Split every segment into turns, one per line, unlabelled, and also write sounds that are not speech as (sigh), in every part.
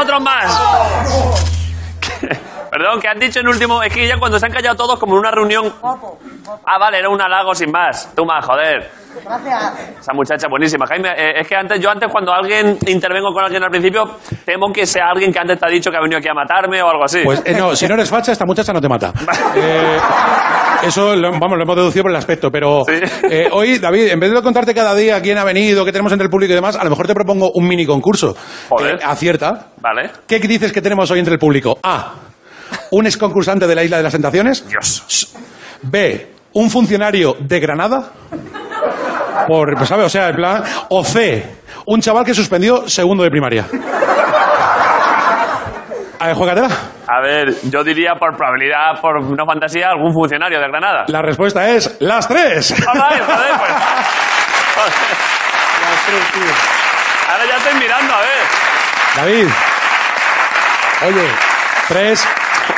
otros más. (laughs) Perdón, que han dicho en último. Es que ya cuando se han callado todos, como en una reunión.
Guapo, guapo.
Ah, vale, era un halago sin más. Tú más, joder.
Gracias.
Esa muchacha buenísima. Jaime, eh, es que antes, yo antes, cuando alguien intervengo con alguien al principio, temo que sea alguien que antes te ha dicho que ha venido aquí a matarme o algo así.
Pues eh, no, si no eres facha, esta muchacha no
(laughs)
te mata. Eh, eso, lo- vamos, lo hemos deducido por el aspecto, pero
Sí.
eh, hoy, David, en vez de contarte cada día quién ha venido, qué tenemos entre el público y demás, a lo mejor te propongo un mini concurso.
Joder.
Eh, acierta.
Vale.
¿Qué dices que tenemos hoy entre el público? A. Un ex concursante de la Isla de las Tentaciones.
Dios.
B. Un funcionario de Granada. Por, pues, ¿sabe? O sea, en plan. O C. Un chaval que suspendió segundo de primaria. A ver, juégatela.
A ver, yo diría por probabilidad, por no fantasía, algún funcionario de Granada.
La respuesta es las tres.
Alright, joder, pues. Joder. Ahora ya estoy mirando, a ver.
David. Oye, tres.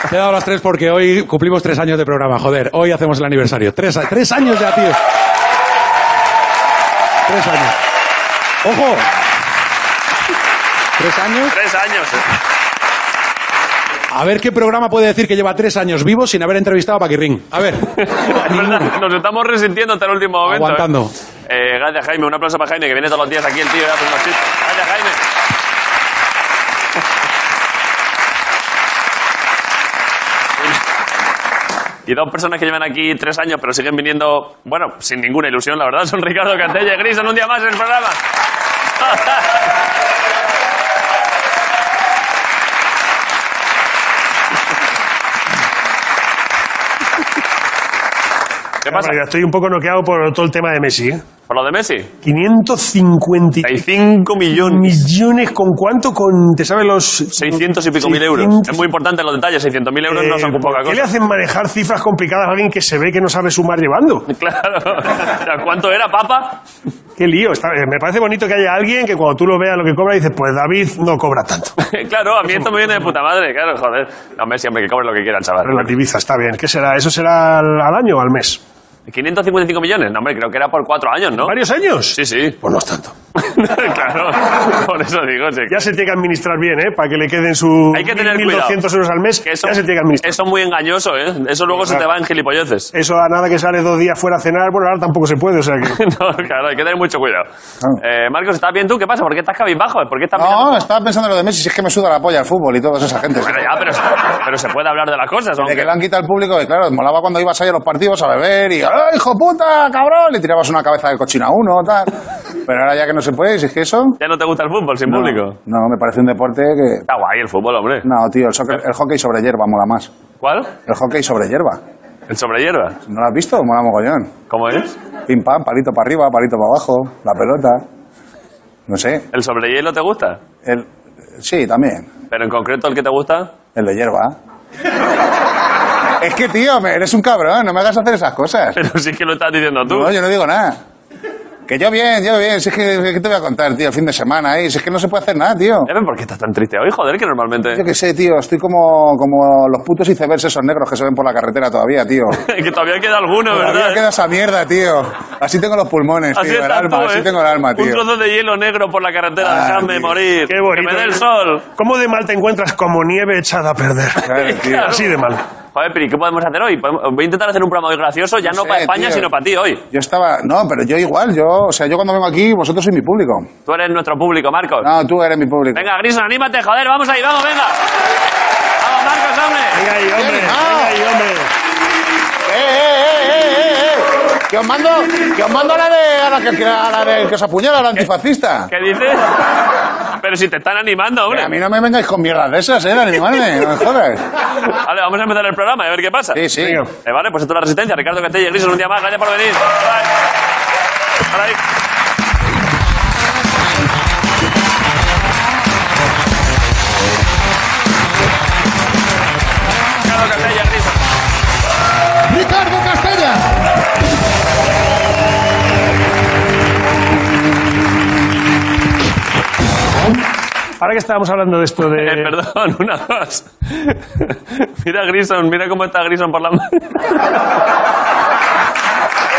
Te he dado las tres porque hoy cumplimos tres años de programa. Joder, hoy hacemos el aniversario. Tres, a- tres años ya, tío. Tres años. ¡Ojo! Tres años.
Tres años. eh.
A ver qué programa puede decir que lleva tres años vivo sin haber entrevistado a Paquirrín. A ver.
(laughs) Es verdad, nos estamos resintiendo hasta el último momento.
Aguantando.
eh. Eh, gracias, Jaime. Un aplauso para Jaime, que viene todos los días aquí el tío y hace unos chistes. Gracias, Jaime. Y dos personas que llevan aquí tres años, pero siguen viniendo, bueno, sin ninguna ilusión, la verdad, son Ricardo Cantella y Gris en un día más en el programa. ¿Qué pasa?
Bueno, yo estoy un poco noqueado por todo el tema de Messi. ¿eh?
¿Por lo de Messi?
555
35 millones.
millones con cuánto, con, ¿te sabes los...?
600 y pico mil euros.
600.
Es muy importante los detalles. 600 mil euros no
Eh,
son poca
¿Qué le
cosa.
hacen manejar cifras complicadas a alguien que se ve que no sabe sumar llevando?
Claro. (laughs) O sea, ¿Cuánto era, papa? (laughs)
Qué lío. está- eh, me parece bonito que haya alguien que cuando tú lo veas lo que cobra dices, pues David no cobra
(laughs)
tanto.
claro, a mí esto me viene de puta madre. Claro, joder. No, Messi, hombre, que cobre lo que quiera el chaval.
Relativiza, está bien. ¿Qué será? ¿Eso será al, al año o al mes?
555 millones. No, hombre, creo que era por cuatro años, ¿no?
¿Varios años?
Sí, sí.
Pues no es tanto.
(laughs) claro. Por eso digo, sí.
Ya se tiene que administrar bien, ¿eh? Para que le queden sus
Hay que tener
1.200
cuidado.
euros al mes.
Que eso,
ya se tiene que administrar.
eso es muy engañoso, ¿eh? Eso luego se te va en gilipolleces.
Eso a nada que sale dos días fuera a cenar, bueno, ahora tampoco se puede, o sea que...
(laughs) No, claro, hay que tener mucho cuidado. Eh, Marcos, ¿estás bien tú? ¿Qué pasa? ¿Por qué estás cabizbajo? ¿Por qué estás
No,
mirando-
estaba pensando en lo de Messi, si es que me suda la polla el fútbol y toda esa gente.
Bueno, ya, pero, pero se puede hablar de las cosas,
De que
aunque...
le han quitado al público, que claro, molaba cuando ibas ahí a los partidos a beber y ¡ah, hijo puta, cabrón! Le tirabas una cabeza de cochina a uno, tal. Pero ahora ya que no se puede, si es que eso...
Ya no te gusta el fútbol sin público.
No, me parece un deporte que...
Está guay el fútbol, hombre.
No, tío, el, soccer- el hockey sobre hierba mola más.
¿Cuál?
El hockey sobre hierba.
El sobre hierba.
¿No lo has visto? Mola mogollón.
¿Cómo es?
Pim pam, palito para arriba, palito para abajo, la pelota. No sé.
¿El sobre hielo te gusta?
El... Sí, también.
Pero en concreto el que te gusta. (laughs)
El de hierba. es que, tío, me- eres un cabrón, no me hagas hacer esas cosas.
Pero sí que lo estás diciendo tú. Eh,
No, yo no digo nada. Que yo bien, yo bien. Si es que, ¿qué te voy a contar, tío? El fin de semana, ¿eh? Si es que no se puede hacer nada, tío.
Eve, ¿Por qué estás tan triste hoy? Joder, que
Yo
normalmente...
qué sé, tío. Estoy como, como los putos icebergs esos negros que se ven por la carretera todavía, tío.
(laughs) que todavía queda alguno,
Todavía
¿verdad? ¿eh?
queda esa mierda, tío. Así tengo los pulmones,
Así
tío. El
estás
alma,
tú,
así
¿eh?
tengo el alma, tío.
Un trozo de hielo negro por la carretera,
Ah,
déjame
tío.
morir.
Qué bonito.
Que me dé el sol.
(laughs) ¿Cómo de mal te encuentras como nieve echada a perder?
Claro, tío.
(laughs) Así de mal.
Joder, pero ¿y qué podemos hacer hoy? Podemos- Voy a intentar hacer un programa hoy gracioso, ya no,
sé,
para España,
tío.
sino para ti hoy.
Yo estaba... No, pero yo igual. Yo, o sea, yo cuando vengo aquí, vosotros sois mi público.
Tú eres nuestro público, Marcos.
No, tú eres mi público.
Venga, Grison, anímate, joder, vamos ahí, vamos, venga. Vamos, Marcos, hombre.
Venga ahí, hombre, venga
Ah.
ahí, hombre.
¡Eh, eh, eh, eh, eh, eh! Que os mando, que os mando a la de, a la que, a la de- que os apuñala, a la antifascista.
¿Qué dices? Pero si te están animando, hombre.
Que a mí no me vengáis con mierdas de esas, eh, Dani, madre, no me jodas.
Vale, vamos a empezar el programa y a ver qué pasa.
Sí, sí.
Venga.
Eh, vale, pues esto es la resistencia. Ricardo Cantella y Gris, un día más. Gracias por venir. Bye. Por ahí. Ricardo Cantella, Grison.
¡Ricardo Castella!
Ahora que estábamos hablando de (laughs) esto de...
Eh, perdón, una, dos. mira a Grison, mira cómo está Grison por la mano.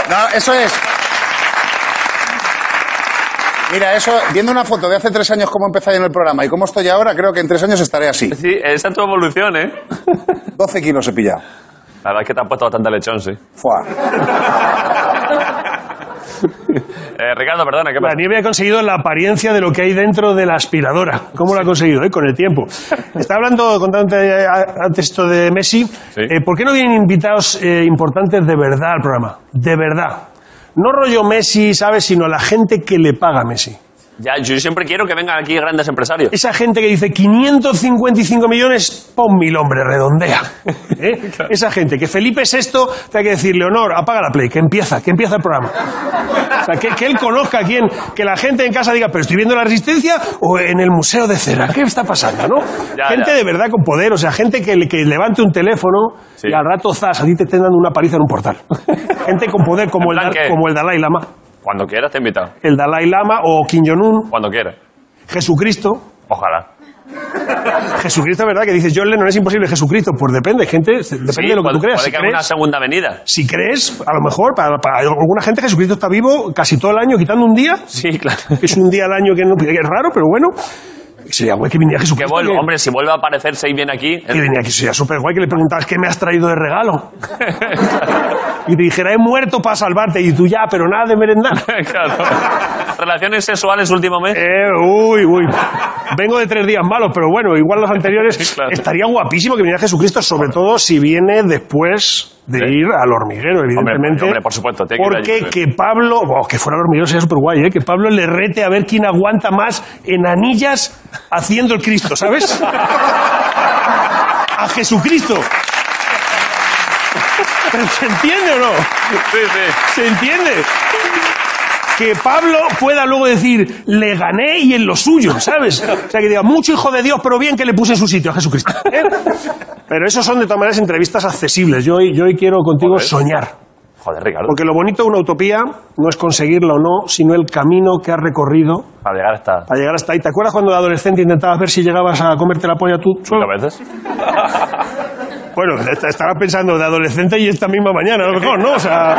No, eso es.
Mira, eso, viendo una foto de hace tres años cómo empecé en el programa y cómo estoy ahora, creo que en tres años estaré así.
Sí, esa es tu evolución, ¿eh?
12 kilos he pillado.
La verdad es que te has puesto bastante lechón, sí.
Fua.
Eh, Ricardo, perdona, ¿qué
La
pasa?
nieve ha conseguido la apariencia de lo que hay dentro de la aspiradora. ¿Cómo lo ha conseguido? eh? Con el (laughs) tiempo. Está hablando, contando eh, antes esto de Messi. Eh, ¿Por qué no vienen invitados eh, importantes de verdad al programa? De verdad. No rollo Messi, ¿sabes? Sino la gente que le paga a Messi.
Ya, yo siempre quiero que vengan aquí grandes empresarios.
Esa gente que dice 555 millones, pon mil
(laughs)
hombre, redondea. ¿Eh? Esa gente, que Felipe VI te hay que decir, Leonor, apaga la play, que empieza, que empieza el programa. O sea, que, que él conozca a quien, que la gente en casa diga, pero estoy viendo la resistencia o en el museo de cera, ¿qué está pasando, no?
Ya,
gente
ya.
de verdad con poder, o sea, gente que, le- que levante un teléfono
Sí.
y al rato, zas, a ti te estén dando una paliza en
(laughs)
un portal. gente con poder,
¿En
como el,
plan
Dar-
qué?
como el Dalai Lama.
Cuando quieras te invito.
El Dalai Lama o Kim Jong-un,
Cuando quieras.
Jesucristo.
Ojalá.
Jesucristo, ¿verdad? Que dices, John Lennon es imposible Jesucristo. Pues depende, gente, depende
Sí,
de lo que
puede-
tú creas.
Puede
Si
que haya una
crees,
segunda venida.
si crees, a lo mejor, para, para alguna gente Jesucristo está vivo casi todo el año, quitando un día,
Sí, claro.
que es un día al año que, no, que es raro, pero bueno. Sería guay que viniera
Que
Jesucristo.
vuelva,
que-
hombre, si vuelve a aparecerse y viene aquí.
que venía aquí, sería súper guay que le preguntabas qué me has traído de regalo. y te dijera, he muerto para salvarte. Y tú ya, pero nada de merendar.
(laughs) claro. Relaciones sexuales último mes.
Eh, uy, uy. Vengo de tres días malos, pero bueno, igual los
(laughs)
anteriores.
Claro.
Estaría guapísimo que viniera Jesucristo, sobre todo si viene después de
Sí.
ir al hormiguero, evidentemente.
hombre, por supuesto, tiene que ir
Porque
allí.
que Pablo, wow, que fuera al hormiguero sería súper guay, ¿eh? que Pablo le rete a ver quién aguanta más en anillas haciendo el Cristo,
(laughs)
¿sabes? a Jesucristo. ¿Pero se entiende o no?
Sí, sí.
¿Se entiende? Que Pablo pueda luego decir, le gané y en lo suyo, ¿sabes? O sea, que diga, mucho hijo de Dios, pero bien que le puse en su sitio a Jesucristo. ¿eh? Pero eso son de todas maneras entrevistas accesibles. Yo, hoy- yo hoy quiero contigo
Joder.
soñar.
Joder, Ricardo.
Porque lo bonito de una utopía no es conseguirla o no, sino el camino que has recorrido
Para llegar hasta.
para llegar hasta ahí. ¿Te acuerdas cuando de adolescente intentabas ver si llegabas a comerte la polla tú solo?
Muchas veces.
Bueno, est- estarás pensando de adolescente y esta misma mañana, a lo mejor, ¿no? O sea,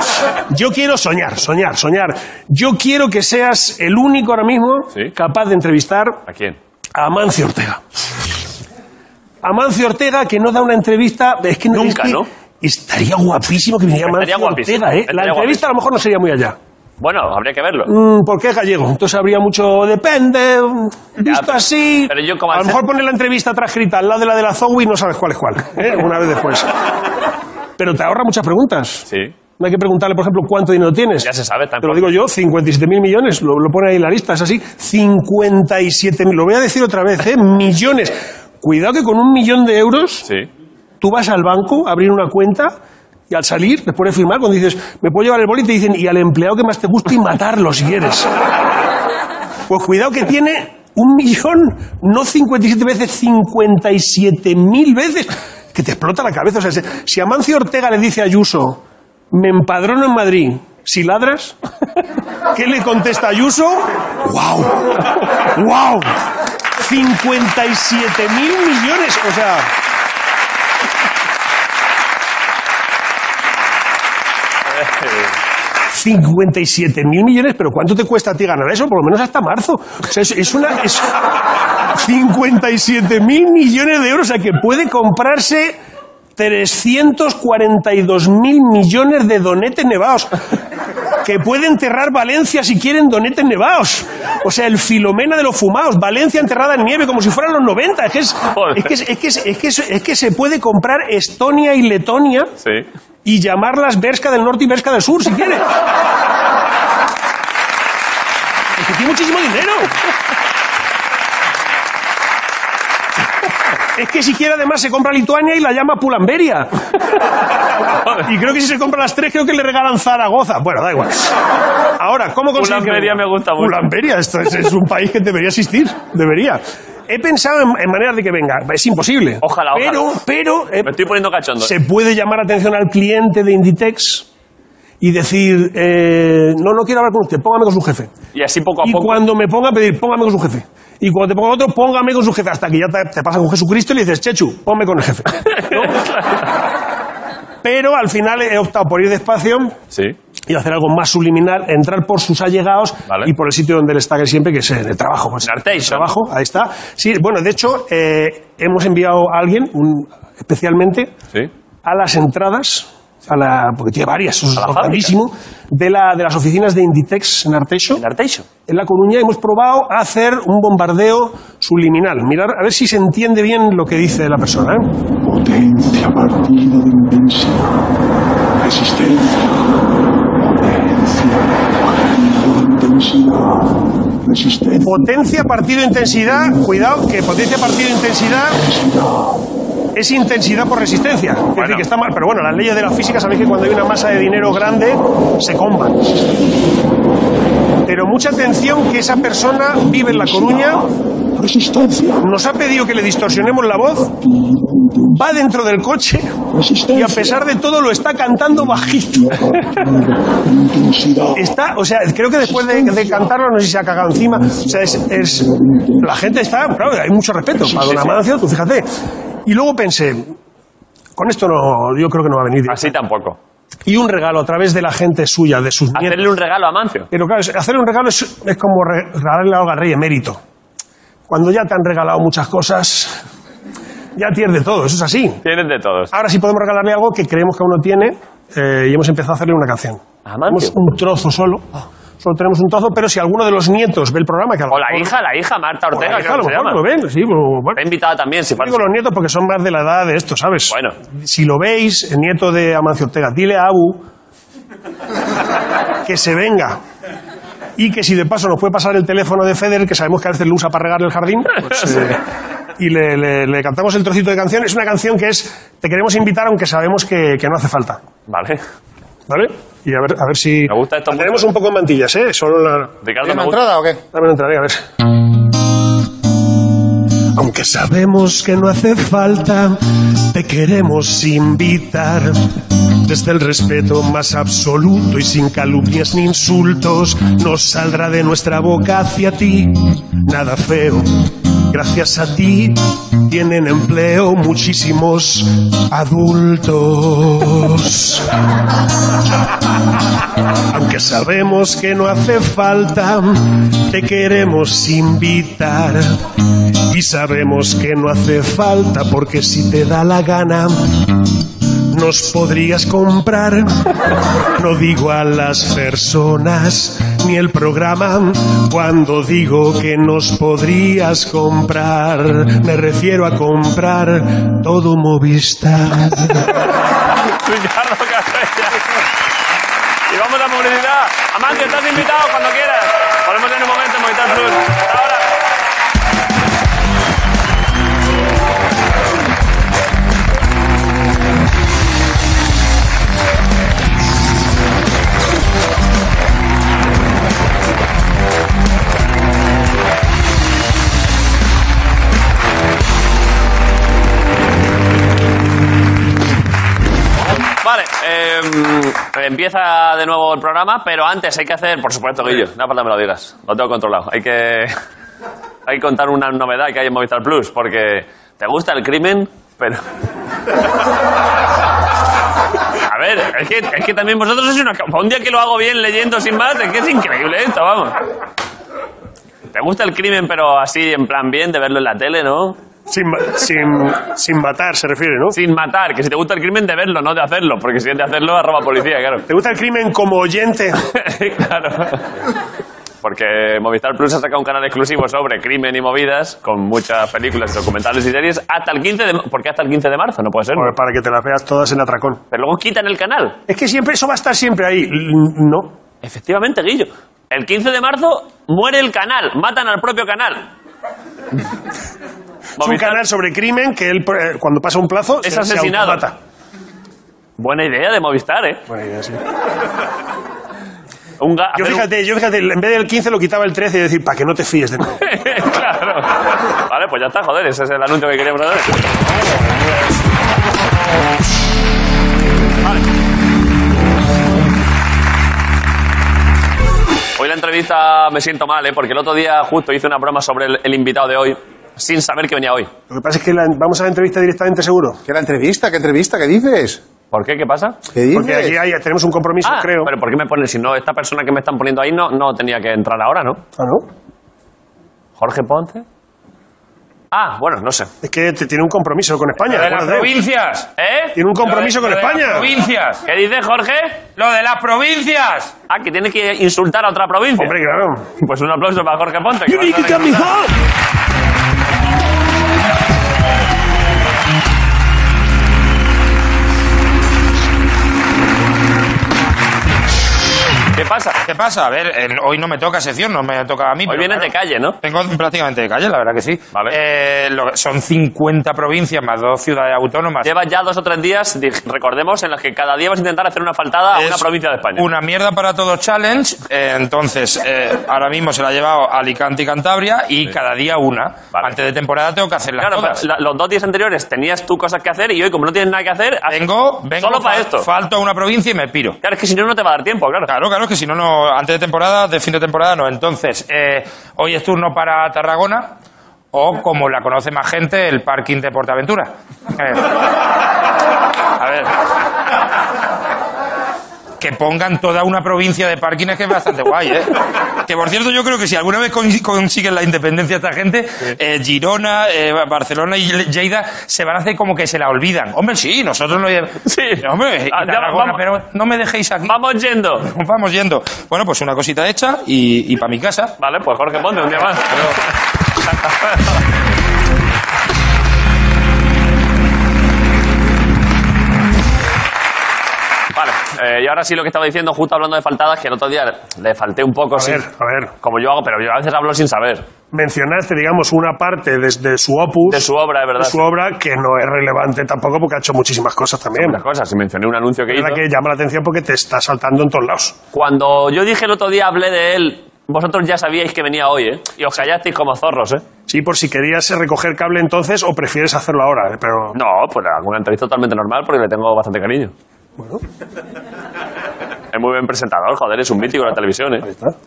yo quiero soñar, soñar, soñar. Yo quiero que seas el único ahora mismo
Sí.
capaz de entrevistar
¿A quién?
a Amancio Ortega. Amancio Ortega que no da una entrevista, es que
Nunca,
es que-
¿no?
Estaría guapísimo que viniera
Estaría
Amancio
guapísimo,
Ortega, ¿eh? La
estaría
entrevista a lo mejor no sería muy allá.
Bueno, habría que verlo.
Mm, porque es gallego, entonces habría mucho depende, mm, visto
pero-
así.
pero yo como
a lo
hacer-
mejor poner la entrevista transcrita al lado de la de la Zoe y no sabes cuál es cuál, ¿eh? una vez después. Pero te ahorra muchas preguntas.
Sí.
No hay que preguntarle, por ejemplo, cuánto dinero tienes.
Ya se sabe, tan
Te lo digo yo, 57.000 millones, lo, lo pone ahí en la lista, es así. 57.000, lo voy a decir otra vez, ¿eh? millones. Cuidado que con un millón de euros
Sí.
Tú vas al banco a abrir una cuenta y al salir, después de firmar, cuando dices, me puedo llevar el boli, te dicen, y al empleado que más te guste y matarlo si quieres. Pues cuidado que tiene un millón, no 57 veces, 57 mil veces, que te explota la cabeza. O sea, se- si Amancio Ortega le dice a Ayuso, me empadrono en Madrid, si ladras, (laughs) ¿qué le contesta Ayuso? ¡Wow! ¡Wow! 57 mil millones, o sea...
Eh,
57 mil millones, pero ¿cuánto te cuesta a ti ganar eso? Por lo menos hasta marzo. O sea, es, es una. Es 57 mil millones de euros, o sea, que puede comprarse 342 mil millones de donetes nevados. Que puede enterrar Valencia si quieren donetes nevados. O sea, el filomena de los fumados. Valencia enterrada en nieve como si fueran los 90. Es que, es,
Joder.
es que, es- es que, es- es que, es- es que se puede comprar Estonia y Letonia
Sí.
y llamarlas Berska del Norte y Berska del Sur, si quieres. Es que tiene muchísimo dinero. Es que si quiere además se compra Lituania y la llama Pulamberia. Y creo que si se compra las tres, creo que le regalan Zaragoza. Bueno, da igual. Ahora, ¿cómo conseguir... que
Pulamberia
venga?
me gusta mucho.
Pulamberia, esto es, es un país que debería existir. Debería. He pensado en, en maneras de que venga. Es imposible.
Ojalá, ojalá.
Pero, pero... eh, he-
Me estoy poniendo cachondo.
se puede llamar atención al cliente de Inditex y decir, eh, no, no quiero hablar con usted, póngame con su jefe.
Y así poco a
Y
poco.
cuando me ponga a pedir, póngame con su jefe. Y cuando te ponga otro, póngame con su
(laughs)
jefe. Hasta que ya te, te pasa con Jesucristo y le dices, Chechu, ponme con el jefe. ¿No? Pero al final he optado por ir despacio
Sí.
y hacer algo más subliminal, entrar por sus allegados
Vale.
y por el sitio donde él está que siempre, que es en el trabajo. Pues,
En Arteixo,
el trabajo, ahí está. Sí, bueno, de hecho, eh, hemos enviado a alguien, un- especialmente,
Sí.
a las entradas, a la, porque tiene varias, eso es
la
importantísimo, de, la, de las oficinas de Inditex en Arteixo.
En Arteixo.
En La Coruña hemos probado a hacer un bombardeo subliminal. Mirar a ver si se entiende bien lo que dice la persona. ¿eh?
Potencia partida de intensidad. Resistencia. Potencia partida de intensidad. Resistencia.
Potencia, partido, intensidad. Cuidado, que potencia, partido, intensidad es intensidad por resistencia. Es decir, que está mal. Pero bueno, las leyes de la física sabéis que cuando hay una masa de dinero grande se comban. Pero mucha atención que esa persona vive en La Coruña.
Resistencia.
nos ha pedido que le distorsionemos la voz, va dentro del coche y
Resistencia.
a pesar de todo lo está cantando bajito.
Intensidad.
Está, o sea, creo que después de, de cantarlo no sé si se ha cagado encima. O sea, es, es- la gente está, claro, hay mucho respeto para don Amancio, tú fíjate. Y luego pensé, con esto no, yo creo que no va a venir. bien.
Así tampoco.
Y un regalo a través de la gente suya, de sus nietos.
Hacerle un regalo a Mancio.
Pero claro, es- hacerle un regalo es, es como re- regalarle algo al rey emérito. Cuando ya te han regalado muchas cosas, ya pierde todo, eso es así.
Tienes de todos.
Ahora sí podemos regalarle algo que creemos que aún no tiene eh, y hemos empezado a hacerle una canción.
Amancio.
Tenemos un trozo solo, solo tenemos un trozo, pero si alguno de los nietos ve el programa... Que a lo
O la
mejor-
hija, la hija, Marta
o la
Ortega,
hija,
creo
a lo
que se
mejor
llama.
lo ven, sí, bueno, bueno.
Está invitada también, si
Digo los nietos porque son más de la edad de esto, ¿sabes?
Bueno.
Si lo veis, el nieto de Amancio Ortega, dile a Abu que se venga. Y que si de paso nos puede pasar el teléfono de Feder, que sabemos que a veces lo usa para regar el jardín, pues, eh, y le, le- le cantamos el trocito de canción. Es una canción que es Te queremos invitar, aunque sabemos que, que no hace falta.
Vale.
¿Vale? Y a ver, a ver si.
Me gusta esto mucho.
Tenemos un poco de mantillas, ¿eh? Solo la.
Ricardo,
¿Tiene
me gusta.
entrada o qué?
Dame una entrada, venga, a ver. Aunque sabemos que no hace falta, te queremos invitar. Desde el respeto más absoluto y sin calumnias ni insultos, nos saldrá de nuestra boca hacia ti nada feo. Gracias a ti tienen empleo muchísimos adultos. Aunque sabemos que no hace falta, te queremos invitar. Y sabemos que no hace falta porque si te da la gana, nos podrías comprar. No digo a las personas ni el programa cuando digo que nos podrías comprar. Me refiero a comprar todo Movistar.
Ricardo Castellas. Y vamos a publicidad. Amancio, estás invitado cuando quieras. Volvemos en un momento en Movistar Plus. Hasta ahora. Vale, eh, empieza de nuevo el programa, pero antes hay que hacer, por supuesto, Guillo, no falta que me lo digas, lo tengo controlado. Hay que, hay que contar una novedad que hay en Movistar Plus, porque te gusta el crimen, pero... A ver, es que, es que también vosotros es una... pa' Un día que lo hago bien leyendo sin más, es que es increíble esto, vamos. ¿Te gusta el crimen, pero así, en plan bien, de verlo en la tele, no?
Sin, ma- sin, sin matar, se refiere, ¿no?
Sin matar, que si te gusta el crimen, de verlo, no de hacerlo, porque si es de hacerlo, arroba policía, claro.
¿Te gusta el crimen como
(laughs)
oyente?
claro. Porque Movistar Plus ha sacado un canal exclusivo sobre crimen y movidas, con muchas películas, documentales y series, hasta el 15 de marzo. ¿Por qué hasta el 15 de marzo? No puede ser. ¿no?
Pues para que te las veas todas en atracón.
Pero luego quitan el canal.
Es que siempre eso va a estar siempre ahí. L- No.
Efectivamente, Guillo. El 15 de marzo muere el canal. Matan al propio canal.
Es un
Movistar-
canal sobre crimen que él, eh, cuando pasa un plazo,
Es
se- se
asesinado.
automata.
Buena idea de Movistar, ¿eh?
Buena idea, sí.
Un ga-
Yo
hacer un-
fíjate, yo fíjate, en vez del 15 lo quitaba el 13 y decir, para que no te fíes de mí.
(laughs) claro. Vale, pues ya está, joder, ese es el anuncio que queríamos hacer. Vale. Hoy la entrevista me siento mal, ¿eh? porque el otro día justo hice una broma sobre el, el invitado de hoy, sin saber que venía hoy.
Lo que pasa es que la- vamos a la entrevista directamente seguro.
¿Qué la entrevista? ¿Qué entrevista? ¿Qué dices?
¿Por qué? ¿Qué pasa?
¿Qué dices?
Porque aquí hay- tenemos un compromiso,
Ah,
creo.
pero ¿por qué me ponen? Si no, esta persona que me están poniendo ahí no, no tenía que entrar ahora, ¿no?
Ah, ¿no?
¿Jorge Ponce? Ah, bueno, no sé.
Es que te- tiene un compromiso con
Lo
España.
de las
acuérdate.
provincias, ¿eh?
Tiene un compromiso
Lo de-
con
lo de
España.
las provincias.
¿Qué dice Jorge?
Lo de las provincias.
Ah, que tiene que insultar a otra provincia.
Hombre, claro.
Pues un aplauso para Jorge Ponce. que va a estar aquí. ¿Qué pasa?
¿Qué pasa? A ver, en- hoy no me toca sección, no me toca a mí.
Hoy
pero
vienes de
claro,
calle, ¿no?
Tengo prácticamente de calle, la verdad que sí.
Vale.
Eh, lo- son 50 provincias más dos ciudades autónomas.
Llevas ya dos o tres días, di- recordemos, en los que cada día vas a intentar hacer una faltada a una
Es
provincia de España.
Una mierda para todos challenge. eh, entonces, eh, ahora mismo se la ha llevado Alicante y Cantabria y cada día una.
Vale.
Antes de temporada tengo que hacerla
Claro,
todas.
pero la- los dos días anteriores tenías tú cosas que hacer y hoy, como no tienes nada que hacer, has-
Vengo, vengo
Solo para
fal-
esto.
falto a una provincia y me piro.
Claro, es que si no, no te va a dar tiempo, claro.
Claro, claro, es que si no, no, antes de temporada, de fin de temporada, no. Entonces, eh, hoy es turno para Tarragona, o como la conoce más gente, el parking de Portaventura. Eh, a ver. Que pongan toda una provincia de parkings que es bastante guay, ¿eh? Que por cierto, yo creo que si alguna vez con- consiguen la independencia esta gente, eh, Girona, eh, Barcelona y Lleida se van a hacer como que se la olvidan. Hombre, sí, nosotros no. lle-
Sí.
Hombre, y
Ah, ya,
Tarragona,
vamos.
pero no me dejéis aquí.
Vamos yendo.
Vamos yendo. Bueno, pues una cosita hecha y, para mi casa.
Vale, pues Jorge Ponte, un día más. Vale, eh, y ahora sí lo que estaba diciendo, justo hablando de faltadas, que el otro día le falté un poco,
A
sin-
ver, a ver.
como yo hago, pero yo a veces hablo sin saber
Mencionaste, digamos, una parte de, de su opus.
de su obra, es verdad.
de su obra, que no es relevante tampoco porque ha hecho muchísimas cosas también.
Las cosas, y mencioné un anuncio que
Es
hizo.
la que llama la atención porque te está saltando en todos lados.
Cuando yo dije el otro día, hablé de él, vosotros ya sabíais que venía hoy, ¿eh? Y os callasteis como zorros, ¿eh?
Sí, por si querías recoger cable entonces o prefieres hacerlo ahora, eh, pero
No, pues alguna entrevista totalmente normal porque le tengo bastante cariño. Bueno. Es muy buen presentador, joder, es un mítico de la televisión, ¿eh?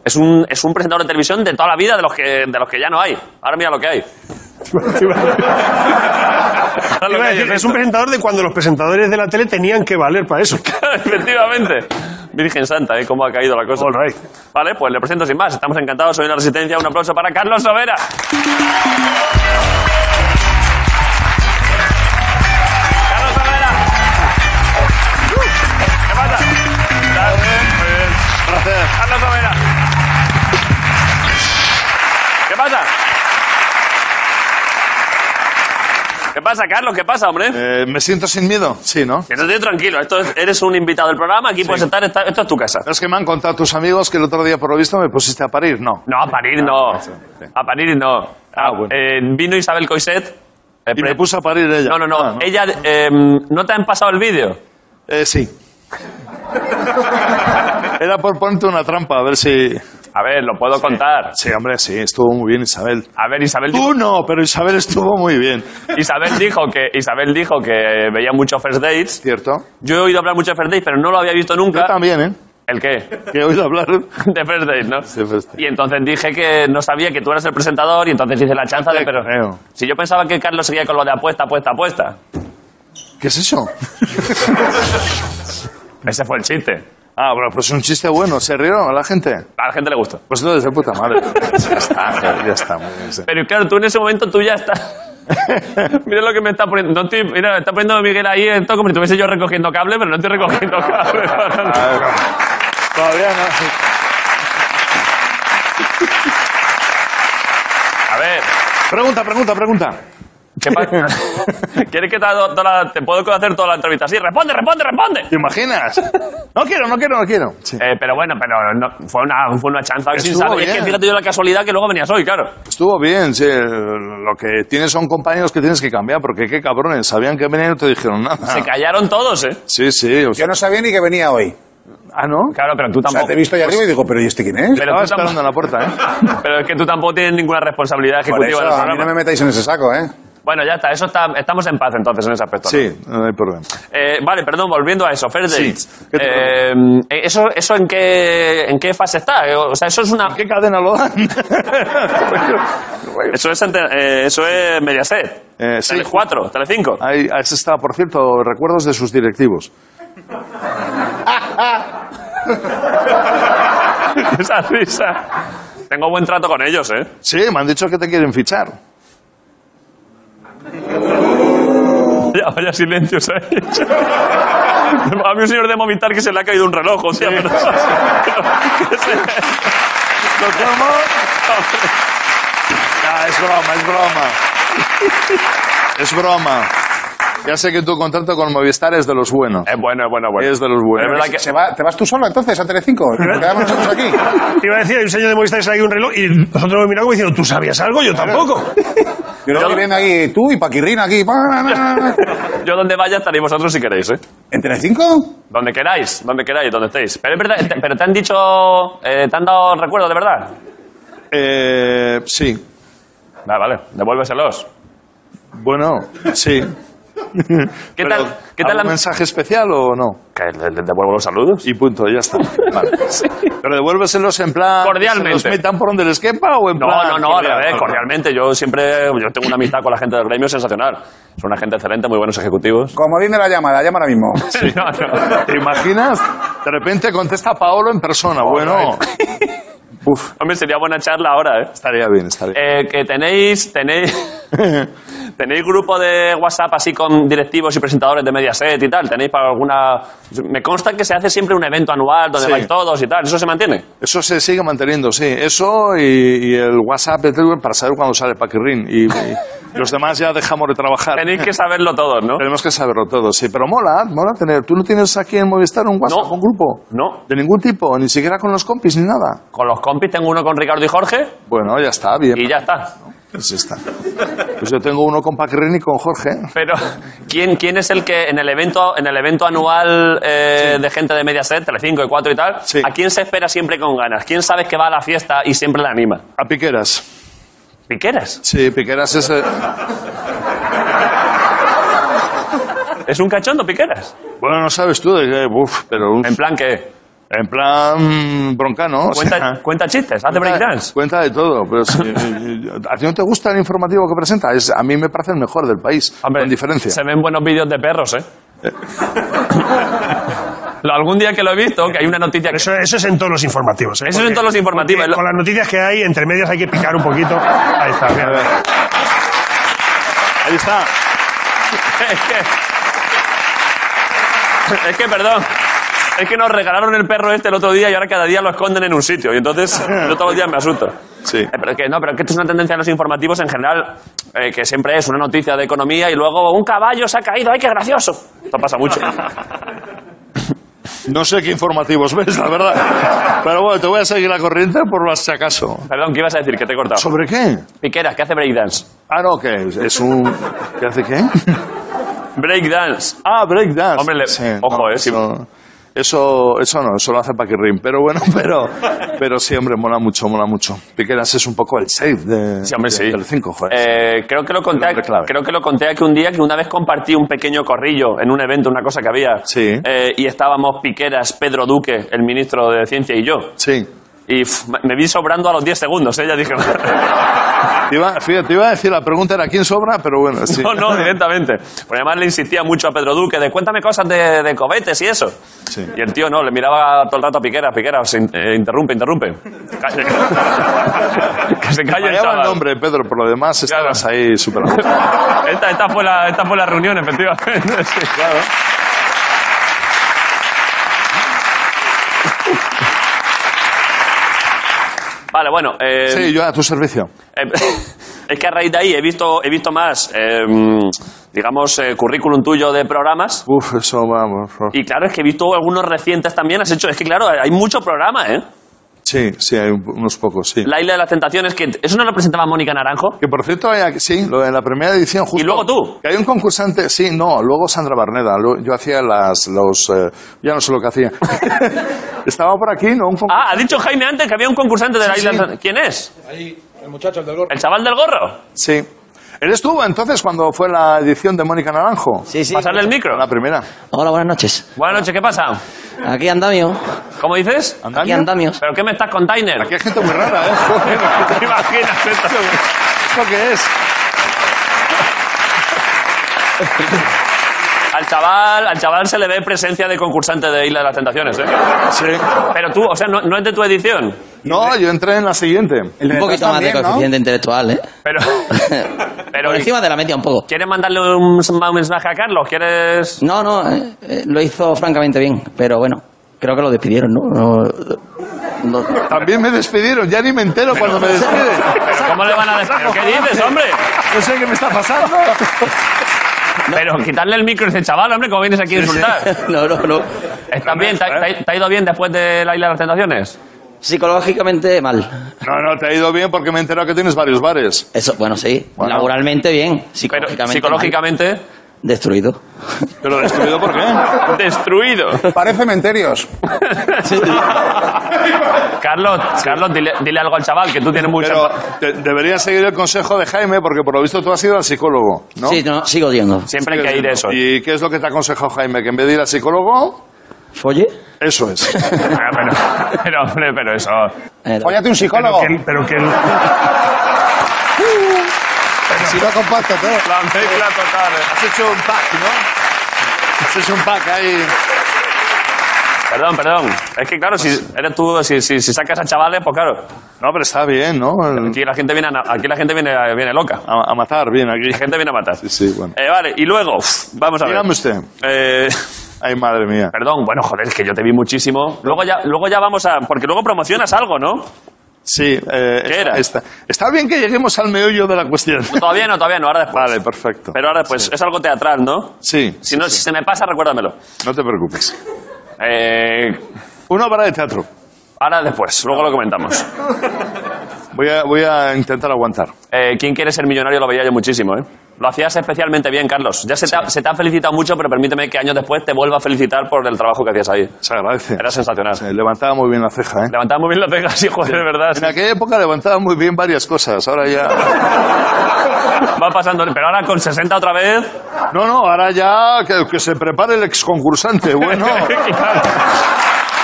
Es un, es un presentador de televisión de toda la vida de los que, de los que ya no hay. Ahora mira lo que
(laughs)
hay. Ahora lo
Iba
que
a
hay
decir,
es
es un presentador de cuando los presentadores de la tele tenían que valer para eso.
esto. (laughs) Efectivamente. Virgen Santa, ¿eh? ¿Cómo ha caído la cosa?
All right.
Vale, pues le presento sin más. Estamos encantados. Soy la Resistencia. Un aplauso para Carlos Sobera. Carlos Sobera. ¿Qué pasa? ¿Estás bien? Muy bien. Carlos Sobera. ¿Qué pasa? ¿Qué pasa, Carlos? ¿Qué pasa, hombre?
Eh, ¿Me siento sin miedo? Sí, ¿no?
Que te estoy tranquilo. Esto es- eres un invitado del programa. Aquí puedes estar. esta- esto es tu casa.
Es que me han contado tus amigos que el otro día, por lo visto, me pusiste a parir. No.
No, a parir no.
Ah,
A parir no. Ah, eh, vino Isabel Coiset. eh,
Y
pre-
me puso a parir ella.
No, no, no.
Ah,
Ella, eh, ¿no te han pasado el vídeo?
Eh, sí. Era por ponerte una trampa, a ver si...
A ver, lo puedo contar.
Sí, hombre, sí, estuvo muy bien Isabel.
A ver, Isabel,
Tú no, pero Isabel estuvo muy bien.
Isabel dijo que Isabel dijo que veía mucho first dates.
¿Cierto?
Yo he oído hablar mucho de first dates, pero no lo había visto
Yo
nunca.
también, ¿eh?
¿El qué?
Que he oído hablar...
(laughs) De first dates, ¿no?
Sí, first dates.
Y entonces dije que no sabía que tú eras el presentador y entonces hice la chanza de...
te
Pero
creo.
si yo pensaba que Carlos seguía con lo de apuesta, apuesta, apuesta.
¿Qué es eso?
Ese fue el chiste.
Ah, bueno, pues un chiste bueno. ¿Se rieron a la gente?
A la gente le gustó.
Pues entonces, de puta madre. Ya está, ya está. Muy bien, sí.
Pero claro, tú en ese momento tú ya
(laughs)
estás. mira lo que me está poniendo. No estoy- mira, me está poniendo Miguel ahí esto como si estuviese yo recogiendo cable, pero no estoy recogiendo cable. para
(laughs)
nada.
Todavía no.
A ver,
Pregunta, pregunta, pregunta.
¿qué pasa?
(laughs)
¿Quieres que te, haga toda la- te puedo hacer toda la entrevista? Sí, responde, responde, responde.
¿Te imaginas? No quiero, no quiero, no quiero. Sí.
Eh, pero bueno, pero no- fue, una, fue una chanza sin
Estuvo
saber. Y es
bien.
que fíjate yo la casualidad que luego venías hoy, claro.
Estuvo bien, sí. Lo que tienes son compañeros que tienes que cambiar, porque qué cabrones. Sabían que venía y no te dijeron
Se
nada.
callaron todos, ¿eh?
Sí, sí. o
Yo
sea-
no sabía ni que venía hoy.
ah, ¿no?
Claro, pero tú
O sea,
tampoco.
te he visto allá arriba y digo, pero ¿y este quién es?
Pero
Estaba
tú tampoco-
esperando en la puerta, ¿eh?
(laughs) Pero es que tú tampoco tienes ninguna responsabilidad
Por eso,
ejecutiva del
a mí
programa.
no me metáis en ese saco, ¿eh?
Bueno, ya está, eso está, estamos en paz entonces en ese aspecto. ¿no?
Sí, no hay problema.
Eh, vale, perdón, volviendo a eso, Fair
Sí.
Dates.
¿Qué te
Eh, ¿Eso, eso en, qué, en qué fase está? Eh, O sea, eso es una...
¿Qué cadena lo dan?
(laughs) Eso es, ante- eh, eso es Mediaset.
Eh, sí.
Tele4, Tele5.
Ahí, ahí está, por cierto, recuerdos de sus directivos.
(laughs) Esa risa. Tengo buen trato con ellos, ¿eh?
Sí, me han dicho que te quieren fichar.
Ya, vaya silencio se ha hecho. Había un señor de Movistar que se le ha caído un reloj, o sea, pero... que se-
¿Lo como? Ah, es broma, es broma. Es broma. Ya sé que tu contrato con Movistar es de los buenos.
Es bueno, es bueno, es bueno.
Es de los buenos.
Es verdad que...
¿Se va- ¿Te vas tú solo entonces a Telecinco? ¿Y nos quedamos nosotros
(laughs)
aquí?
Iba a decir, hay un señor de Movistar que se le ha caído un reloj y nosotros hemos mirado como diciendo, ¿tú sabías algo? Yo tampoco.
Yo lo estoy viendo aquí, tú y Paquirrín aquí. pa, na, na, na.
Yo donde vaya estaréis vosotros si queréis, ¿eh?
¿En Telecinco?
Donde queráis, donde queráis, donde estéis. Pero es verdad, te- pero te han dicho... eh, ¿Te han dado recuerdos, de verdad?
Eh, sí.
Vale, vale, devuélveselos.
Bueno, sí.
¿Qué
Pero,
tal, ¿qué tal
¿algún
la...
mensaje especial o no?
¿Que le, le devuelvo los saludos?
Y punto, ya está. Vale. Pero devuélveselos en plan.
Cordialmente.
¿Se los metan por donde les quepa o en
No,
plan.?
no, no, al revés, cordialmente. Yo siempre yo tengo una amistad con la gente del gremio sensacional. Son una gente excelente, muy buenos (laughs) ejecutivos.
Como viene la llamada, llama ahora mismo.
No, no.
¿Te imaginas? De repente contesta Paolo en persona. bueno,
Uf. Hombre, sería buena charla ahora, ¿eh?
estaría bien, estaría bien.
Eh, que tenéis, tenéis, (laughs) tenéis grupo de WhatsApp así con directivos y presentadores de Mediaset y tal. Tenéis para alguna. Me consta que se hace siempre un evento anual donde
Sí.
vais todos y tal. Eso se mantiene.
Eso se sigue manteniendo, sí. Eso y, y el WhatsApp de Telegram para saber cuándo sale Paquirrin. Y, y los demás ya dejamos de trabajar.
Tenéis que saberlo todos, ¿no?
Tenemos que saberlo todo, sí. Pero mola, mola tener. ¿Tú no tienes aquí en Movistar un WhatsApp,
No.
un grupo?
No.
De ningún tipo, ni siquiera con los compis, ni nada.
Con los compis tengo uno con Ricardo y Jorge
Bueno, ya está, bien.
y ya está.
Pues, ya está. Pues yo tengo uno con Paquirrin y con Jorge.
Pero (laughs) ¿quién, quién es el que en el evento, en el evento anual eh, de gente de Mediaset, Telecinco y 4 y tal,
Sí.
a quién se espera siempre con ganas? ¿Quién sabes que va a la fiesta y siempre la anima?
A Piqueras.
Piqueras.
Sí, Piqueras es... eh,
Es un cachondo Piqueras.
Bueno, no sabes tú de qué... Uf, pero... un-
En plan que
En plan broncano. o sea.
cuenta, cuenta chistes, hace breakdance.
(laughs) Cuenta de todo.
(laughs)
Pero sí, eh, ¿A ti no te gusta el informativo que presenta? Es, a mí me parece el mejor del país,
Hombre,
con diferencia.
Se ven buenos vídeos de perros, ¿eh? (laughs) Lo- Algún día que lo he visto, que hay una noticia que...
Eso, eso es en todos los informativos. ¿eh?
Eso es en
Porque-
todos los informativos.
porque Con las noticias que hay, entre medias hay que picar un poquito. Ahí está, mira.
Ahí está.
es que... Es que, perdón. Es que nos regalaron el perro este el otro día y ahora cada día lo esconden en un sitio. Y entonces yo todos los días me asusto.
Sí.
Eh, pero es que no, pero es que esto es una tendencia en los informativos en general, eh, que siempre es una noticia de economía y luego un caballo se ha caído, ¡ay, qué gracioso! Esto pasa
(laughs)
mucho.
No sé qué informativos pues ves, la verdad. Pero bueno, te voy a seguir la corriente por si acaso.
Perdón, ¿qué ibas a decir? Que te he cortado.
¿Sobre qué?
Piqueras, que hace breakdance.
Ah, no, que es un... ¿Qué
(laughs)
hace qué?
Breakdance.
Ah, breakdance.
Hombre, le- ojo, eh, sí.
Eso, eso, eso no, eso lo hace Paquirrin. Pero bueno, (laughs) pero, pero sí, hombre, mola mucho, mola mucho. Piqueras es un poco el save de,
Sí, hombre,
de
sí.
Telecinco, joder.
Eh, creo, que lo conté,
hombre clave.
creo que lo conté aquí un día que una vez compartí un pequeño corrillo en un evento, una cosa que había.
Sí.
Eh, y estábamos Piqueras, Pedro Duque, el ministro de Ciencia y yo.
Sí.
Y pff, me- me vi sobrando a los 10 segundos, ¿eh? ya dije. (laughs)
Te iba, fíjate, te iba a decir, la pregunta era quién sobra, pero bueno, sí.
(laughs) no, no, directamente. Porque además le insistía mucho a Pedro Duque de cuéntame cosas de, de cohetes y eso.
Sí.
Y el tío no, le miraba todo el rato a Piqueras, Piqueras, in- eh, interrumpe,
(laughs)
interrumpe. Calle- (laughs) que se calle el
Fallaba el
chaval.
nombre, Pedro, por lo demás
Claro.
estabas ahí súper a gusto.
(laughs) Esta, esta, fue la, esta fue la reunión, efectivamente. (laughs) sí. Vale, bueno. eh,
Sí, yo a tu servicio.
eh, (laughs) es que a raíz de ahí he visto, he visto más, eh, digamos, eh, currículum tuyo de programas.
Uf, eso vamos. uf.
Y claro, es que he visto algunos recientes también. Has hecho, es que claro, hay mucho programa, ¿eh?
Sí, sí, hay un- unos pocos, sí.
La Isla de las Tentaciones, que eso no lo presentaba Mónica Naranjo.
Que por cierto, hay aquí- sí, lo- en la primera edición justo...
Y luego tú.
Que hay un concursante, sí, no, luego Sandra Barneda. lo- Yo hacía las, los... eh, ya no sé lo
(laughs)
que hacía. Estaba por aquí, ¿no? Un concur-
Ah, ha dicho Jaime antes que había un concursante de la
Sí,
Isla de
sí.
las Tentaciones. ¿Quién es?
Ahí, el muchacho, el del gorro.
¿El chaval del gorro?
Sí. ¿Eres tú entonces cuando fue la edición de Mónica Naranjo?
Sí, sí.
Pasarle el micro.
La primera.
Hola, buenas noches.
Buenas noches, ¿qué pasa?
Aquí andamio.
¿Cómo dices?
Aquí
¿Andamio?
andamios.
¿Pero qué me estás con Tainer?
Aquí hay gente muy rara, ¿eh? (laughs) Joder,
(laughs) ¿Te imaginas esto?
¿Esto qué es?
Al chaval, al chaval se le ve presencia de concursante de Isla de las Tentaciones, ¿eh?
Sí.
Pero tú, o sea, no, no es de tu edición.
No, yo entré en la siguiente.
El de
Un
detrás
poquito más de
también, ¿no?
coeficiente intelectual, ¿eh? (laughs)
Pero. Pero
Por encima de la media un poco.
¿Quieres mandarle un mensaje a Carlos? ¿Quieres.?
No, no, eh, eh, lo hizo francamente bien, pero bueno, creo que lo despidieron, ¿no? No, no-
También me despidieron, ya ni me entero cuando me despiden.
¿Cómo le van a decir? ¿Pero ¿Qué dices, hombre?
No sé qué me está pasando.
Pero quitarle el micro y decir, chaval, hombre, ¿cómo vienes aquí a insultar?
(laughs) no, no, no.
¿Estás bien? ¿Te, ha- te ha- te ha ido bien después de la Isla de las Tentaciones?
Psicológicamente mal.
No, no, te ha ido bien porque me he enterado que tienes varios bares.
Eso, bueno, sí.
Bueno.
Laboralmente bien,
Pero
psicológicamente, mal.
psicológicamente.
destruido.
Pero destruido por qué.
(laughs)
Destruido.
Parece Menterios.
Carlos, Carlos dile, dile algo al chaval, que tú tienes mucho.
Pero de- deberías seguir el consejo de Jaime porque por lo visto tú has ido al psicólogo, ¿no?
Sí, no, sigo yendo.
Siempre hay que ir eso. ¿eh?
¿Y qué es lo que te aconsejó Jaime? Que en vez de ir al psicólogo,
¿Folle?
eso es.
Ah, Pero, pero, hombre, pero eso.
Eh,
Fóllate un psicólogo.
Que- pero que
Si no comparto todo.
La mezcla total.
Has hecho un pack, ¿no? Has hecho un pack ahí.
Perdón, perdón. Es que, claro, si eres tú, si, si, si sacas a chavales, pues claro.
Pues- No, pero está bien, ¿no? El-
Aquí la gente viene, a na- aquí la gente viene, viene loca.
A, a matar, bien aquí.
La gente viene a matar.
Sí, sí, bueno.
Eh, vale, y luego, uf, vamos a ver.
Dígame usted.
Eh,
Ay, madre mía.
perdón, bueno, joder, es que yo te vi muchísimo. Luego ya, luego ya vamos a. Porque luego promocionas algo, ¿no?
Sí, eh,
¿Qué era?
Está, está bien que lleguemos al meollo de la cuestión.
Todavía no, todavía no, ahora después.
Vale, perfecto.
Pero ahora después, es algo teatral, ¿no?
Sí,
Si, no, si se me pasa, recuérdamelo.
no te preocupes.
Eh,
Una obra de teatro.
ahora después, luego lo comentamos.
Voy a, voy a intentar aguantar.
Eh, ¿Quién quiere ser millonario? Lo veía yo muchísimo, ¿eh? Lo hacías especialmente bien, Carlos. Ya se te, ha, se te ha felicitado mucho, pero permíteme que años después te vuelva a felicitar por el trabajo que hacías ahí.
Se agradece.
Era sensacional.
Eh, Levantaba muy bien la ceja, ¿eh?
Levantaba muy bien la pega, (laughs) sí, joder, de verdad. sí.
En aquella época levantaba muy bien varias cosas. Ahora ya.
Va pasando, pero ahora con 60 otra vez.
No, no, ahora ya que, que se prepare el exconcursante. Bueno,
(laughs) Claro.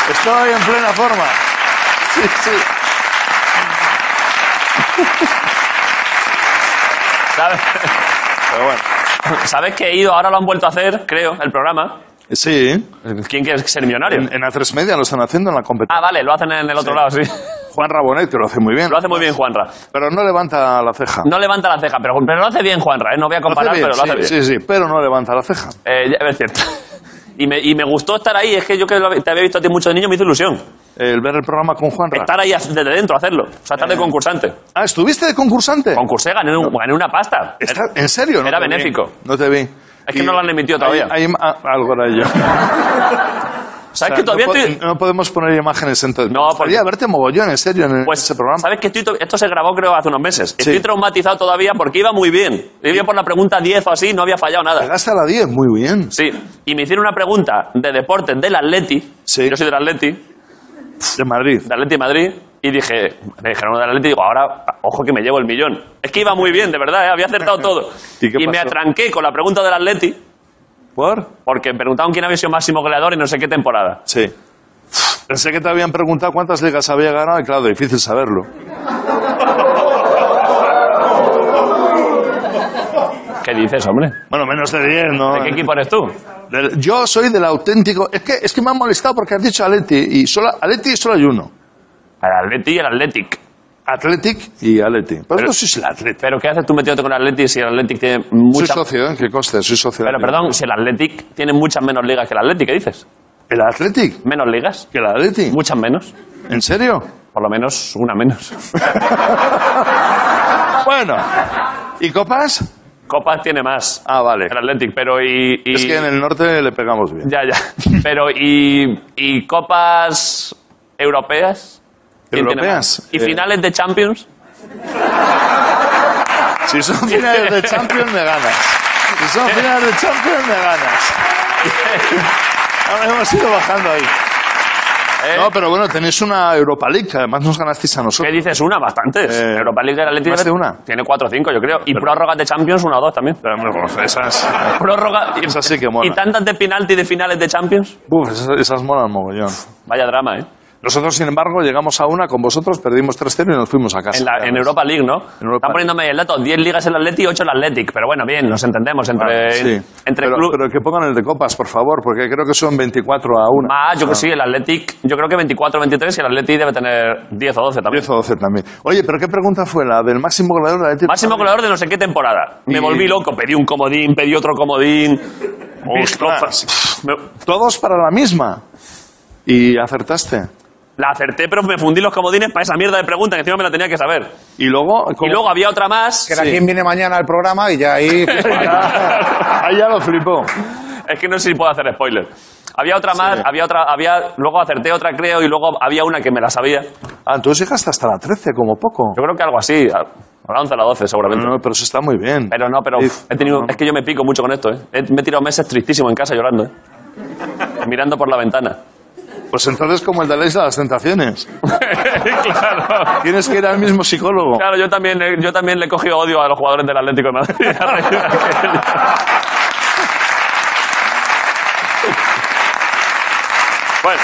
estoy en plena forma. Sí, sí.
¿Sabes?
(laughs) Pero bueno.
¿Sabes que he ido? Ahora lo han vuelto a hacer, creo, el programa.
Sí, en,
¿Quién quiere ser millonario?
en A3 Media lo están haciendo en la competencia.
Ah, vale, lo hacen en el otro lado, sí.
Juan Rabonet, que lo hace muy bien.
Ah. Lo hace muy
(laughs)
bien Juanra.
Pero no levanta la ceja.
No levanta la ceja, pero, pero lo hace bien Juanra, ¿eh? No voy a
Lo hace
comparar,
bien,
pero lo hace
sí,
bien.
Sí, sí, pero no levanta la ceja.
Eh, ya- es cierto. (laughs) Y me, y me gustó estar ahí, es que yo que lo- te había visto a ti mucho de niño me hizo ilusión.
El ver el programa con Juan Ra.
Estar ahí desde dentro, hacerlo. O sea, estar de concursante.
Ah, ¿estuviste de concursante?
Concursé, gané, un- gané una pasta.
Está- ¿En serio? No
Era
te vi.
benéfico.
No te vi.
que no lo han emitido todavía.
Hay, hay- ah, algo era yo.
¿Sabes que todavía
no, po-
estoy-
no podemos poner imágenes entonces.
No, porque-
Podría verte mogollón, en serio, en
Pues,
ese programa.
¿sabes que estoy to- Esto se grabó creo hace unos meses. Estoy
Sí.
traumatizado todavía porque iba muy bien. Iba por la pregunta 10 o así, no había fallado nada.
Llegaste a la 10, muy bien.
Sí, y me hicieron una pregunta de deportes del Atleti.
Sí.
Yo soy del Atleti, del
De Madrid.
Atleti de Madrid. Y dije, me dijeron del Atleti, digo, ahora, ojo que me llevo el millón. Es que iba muy bien, de verdad, ¿eh? había acertado todo.
(laughs) ¿Y qué
me
pasó?
atranqué con la pregunta del Atleti,
¿Por?
porque me preguntaban quién había sido máximo goleador en no sé qué temporada.
Sí. Pensé que te habían preguntado cuántas ligas había ganado y claro, difícil saberlo.
¿Qué dices, hombre?
Bueno, menos de 10, ¿no?
¿De qué equipo eres tú?
Del- Yo soy del auténtico. Es que, es que me ha molestado porque has dicho Aleti y solo, Aleti solo hay uno.
El Atleti y el Athletic.
Pues Athletic y Aleti. Pero, yo soy el Athletic.
¿Pero qué haces tú metiéndote con el Atleti si el Athletic tiene mucha...
Soy socio, ¿eh? Que coste, soy socio.
Pero perdón, si el Athletic tiene muchas menos ligas que el Athletic, ¿qué dices?
¿El Athletic?
¿Menos ligas?
¿Que el Athletic?
Muchas menos.
¿En serio?
Por lo menos una menos.
Bueno. ¿Y copas?
Copas tiene más.
Ah, vale.
El Athletic, pero y... y-
Es que en el norte le pegamos bien.
Ya, (laughs) ya. Pero y, y copas europeas. ¿Quién tiene
¿Europeas?
más? ¿Y
Eh,
finales de Champions?
Si son finales de Champions, me ganas. Si son finales de Champions, me ganas. Ahora hemos ido bajando ahí.
¿eh?
No, pero bueno, tenéis una Europa League que además nos ganasteis a
¿Qué
nosotros.
dices? Una, bastantes.
Eh,
Europa League del Atlético
más de una.
Tiene cuatro o cinco, yo creo. Y prórrogas de Champions, una o dos también.
Pero, bueno, pues, esas,
(laughs) Prórroga y,
esas sí que
y
molan.
tantas de penalti de finales de Champions.
Uf, esas, esas molan mogollón.
Vaya drama, ¿eh?
Nosotros, sin embargo, llegamos a una con vosotros, perdimos 3-0 y nos fuimos a casa.
En, la- en Europa League, ¿no?
Europa
Están poniéndome ahí el dato. 10 ligas el Atleti y 8 el Athletic. Pero bueno, bien, nos entendemos. Entre,
Vale, sí.
entre
pero,
club-
pero que pongan el de copas, por favor, porque creo que son 24 a 1.
Más, yo que sí, el Athletic, yo creo que 24 23 y el Athletic debe tener 10 o 12 también.
10 o 12 también. Oye, pero ¿qué pregunta fue la del máximo goleador de Atlético?
Máximo goleador de no sé qué temporada. Me
Y-
volví loco, pedí un comodín, pedí otro comodín. Ostras. Me-
Todos para la misma. Y acertaste.
La acerté, pero me fundí los comodines para esa mierda de pregunta que encima me la tenía que saber.
Y luego...
Y luego había otra más.
Que era quien viene mañana al programa y ya
(laughs)
ahí. pues,
Ah, Ahí ya lo flipó.
Es que no sé si puedo hacer spoiler. Había otra más, había otra, había, luego acerté otra creo y luego había una que me la sabía. Yo
Ah, entonces llegaste hasta la 13, como poco.
creo que algo así, a a la 11 a la 12 seguramente.
No, pero eso está muy bien.
Pero no, pero
Sí.
uf, he tenido, es que yo me pico mucho con esto, ¿eh? He- Me he tirado meses tristísimo en casa llorando, ¿eh? Mirando por la ventana.
Pues entonces como el de la isla de las tentaciones.
(laughs) claro.
Tienes que ir al mismo psicólogo.
Claro, yo también, eh, yo también le he cogido odio a los jugadores del Atlético de
(laughs)
Madrid. A raíz de aquello. bueno.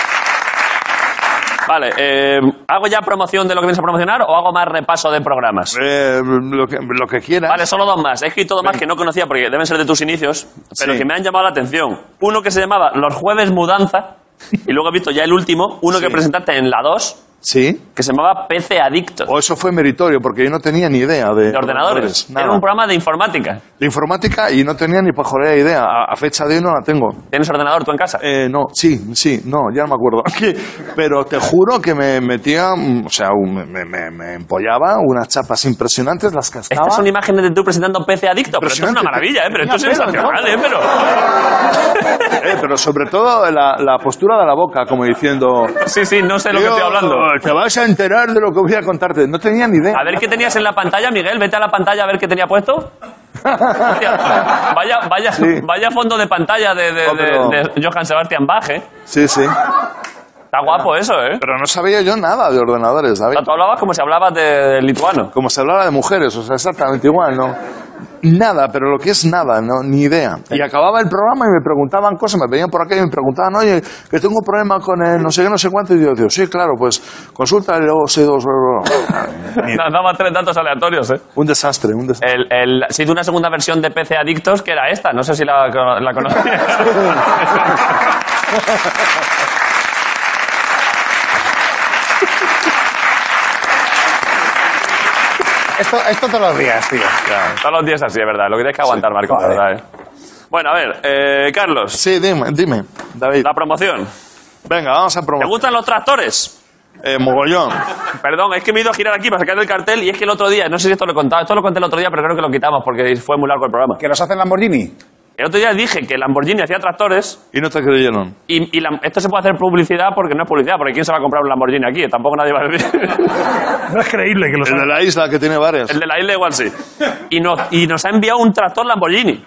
Vale, eh, ¿hago ya promoción de lo que vienes a promocionar o hago más repaso de programas?
Eh, lo, que, lo que
Ah,
quieras.
Vale, solo dos más. He escrito dos más que no conocía porque deben ser de tus inicios, pero
Sí.
que me han llamado la atención. Uno que se llamaba Los Jueves Mudanza, y luego he visto ya el último, uno que presentaste en la 2,
Sí.
que se llamaba PC Adicto.
O eso fue meritorio, porque yo no tenía ni idea de,
de ordenadores.
nada.
Era un programa de informática.
De informática y no tenía ni pajorea idea. A, a fecha de hoy no la tengo.
¿Tienes ordenador tú en casa?
Eh, no, sí, sí, no, ya no me acuerdo. (laughs) Que- Pero te juro que me metía, mm, o sea, un- me, me- me empollaba unas chapas impresionantes, las cascaba. eh,
Estas son imágenes de tú presentando PC Adicto, pero esto es una
Impresionante.
maravilla, ¿eh? Pero esto es
Tenía pelo,
sensacional, ¿eh? Pero...
Eh, pero sobre todo la, la postura de la boca, como diciendo...
Sí, sí, no sé lo que
"Tío,
estoy hablando.
Te vas a enterar de lo que voy a contarte. No tenía ni idea.
A ver qué tenías en la pantalla, Miguel. Vete a la pantalla a ver qué tenía puesto. Hostia, vaya, vaya,
Sí.
vaya fondo de pantalla de, de,
No, pero-
de- de Johann Sebastian Bach, ¿eh?
Sí, sí.
Está guapo eso, ¿eh?
Pero no sabía yo nada de ordenadores, David.
Ah,
O sea, tú hablabas como si hablabas de, de lituano.
Como se hablaba de mujeres, o sea, exactamente igual, ¿no? Nada, pero lo que es nada, no, ni idea.
Eh.
Y acababa el programa y me preguntaban cosas, me venían por acá y me preguntaban, oye, que tengo un problema con el no sé qué, no sé cuánto, y yo digo, sí, claro, pues consulta el OC2, bla, bla,
(laughs)
bla".
Nos daban tres datos aleatorios, ¿eh?
un desastre, un desastre.
El- el- se hizo una segunda versión de PC Adictos que era esta. No sé si la, la conocías.
Eh, Esto, esto todos los días, tío.
Todos los días así, es verdad. Lo que tienes que aguantar, Marco, la verdad, ¿eh? Bueno, a ver, eh, Carlos,
Sí, dime, dime, David.
la promoción.
Venga, vamos a
¿Te
promover.
gustan los tractores?
Eh, mogollón.
Perdón, es que me he ido a girar aquí para sacar el cartel y es que el otro día, no sé si esto lo he contado, esto lo conté el otro día, pero creo que lo quitamos porque fue muy largo el programa.
¿Que los hacen Lamborghini?
El otro día dije que Lamborghini hacía tractores
Y no te creyeron.
y, y la- esto se puede hacer publicidad porque no es publicidad, porque ¿quién se va a comprar un Lamborghini aquí? Tampoco nadie va a decir.
(laughs) No es creíble que lo
El de la isla que tiene bares.
El de la isla igual sí. Y nos, y nos ha enviado un tractor Lamborghini.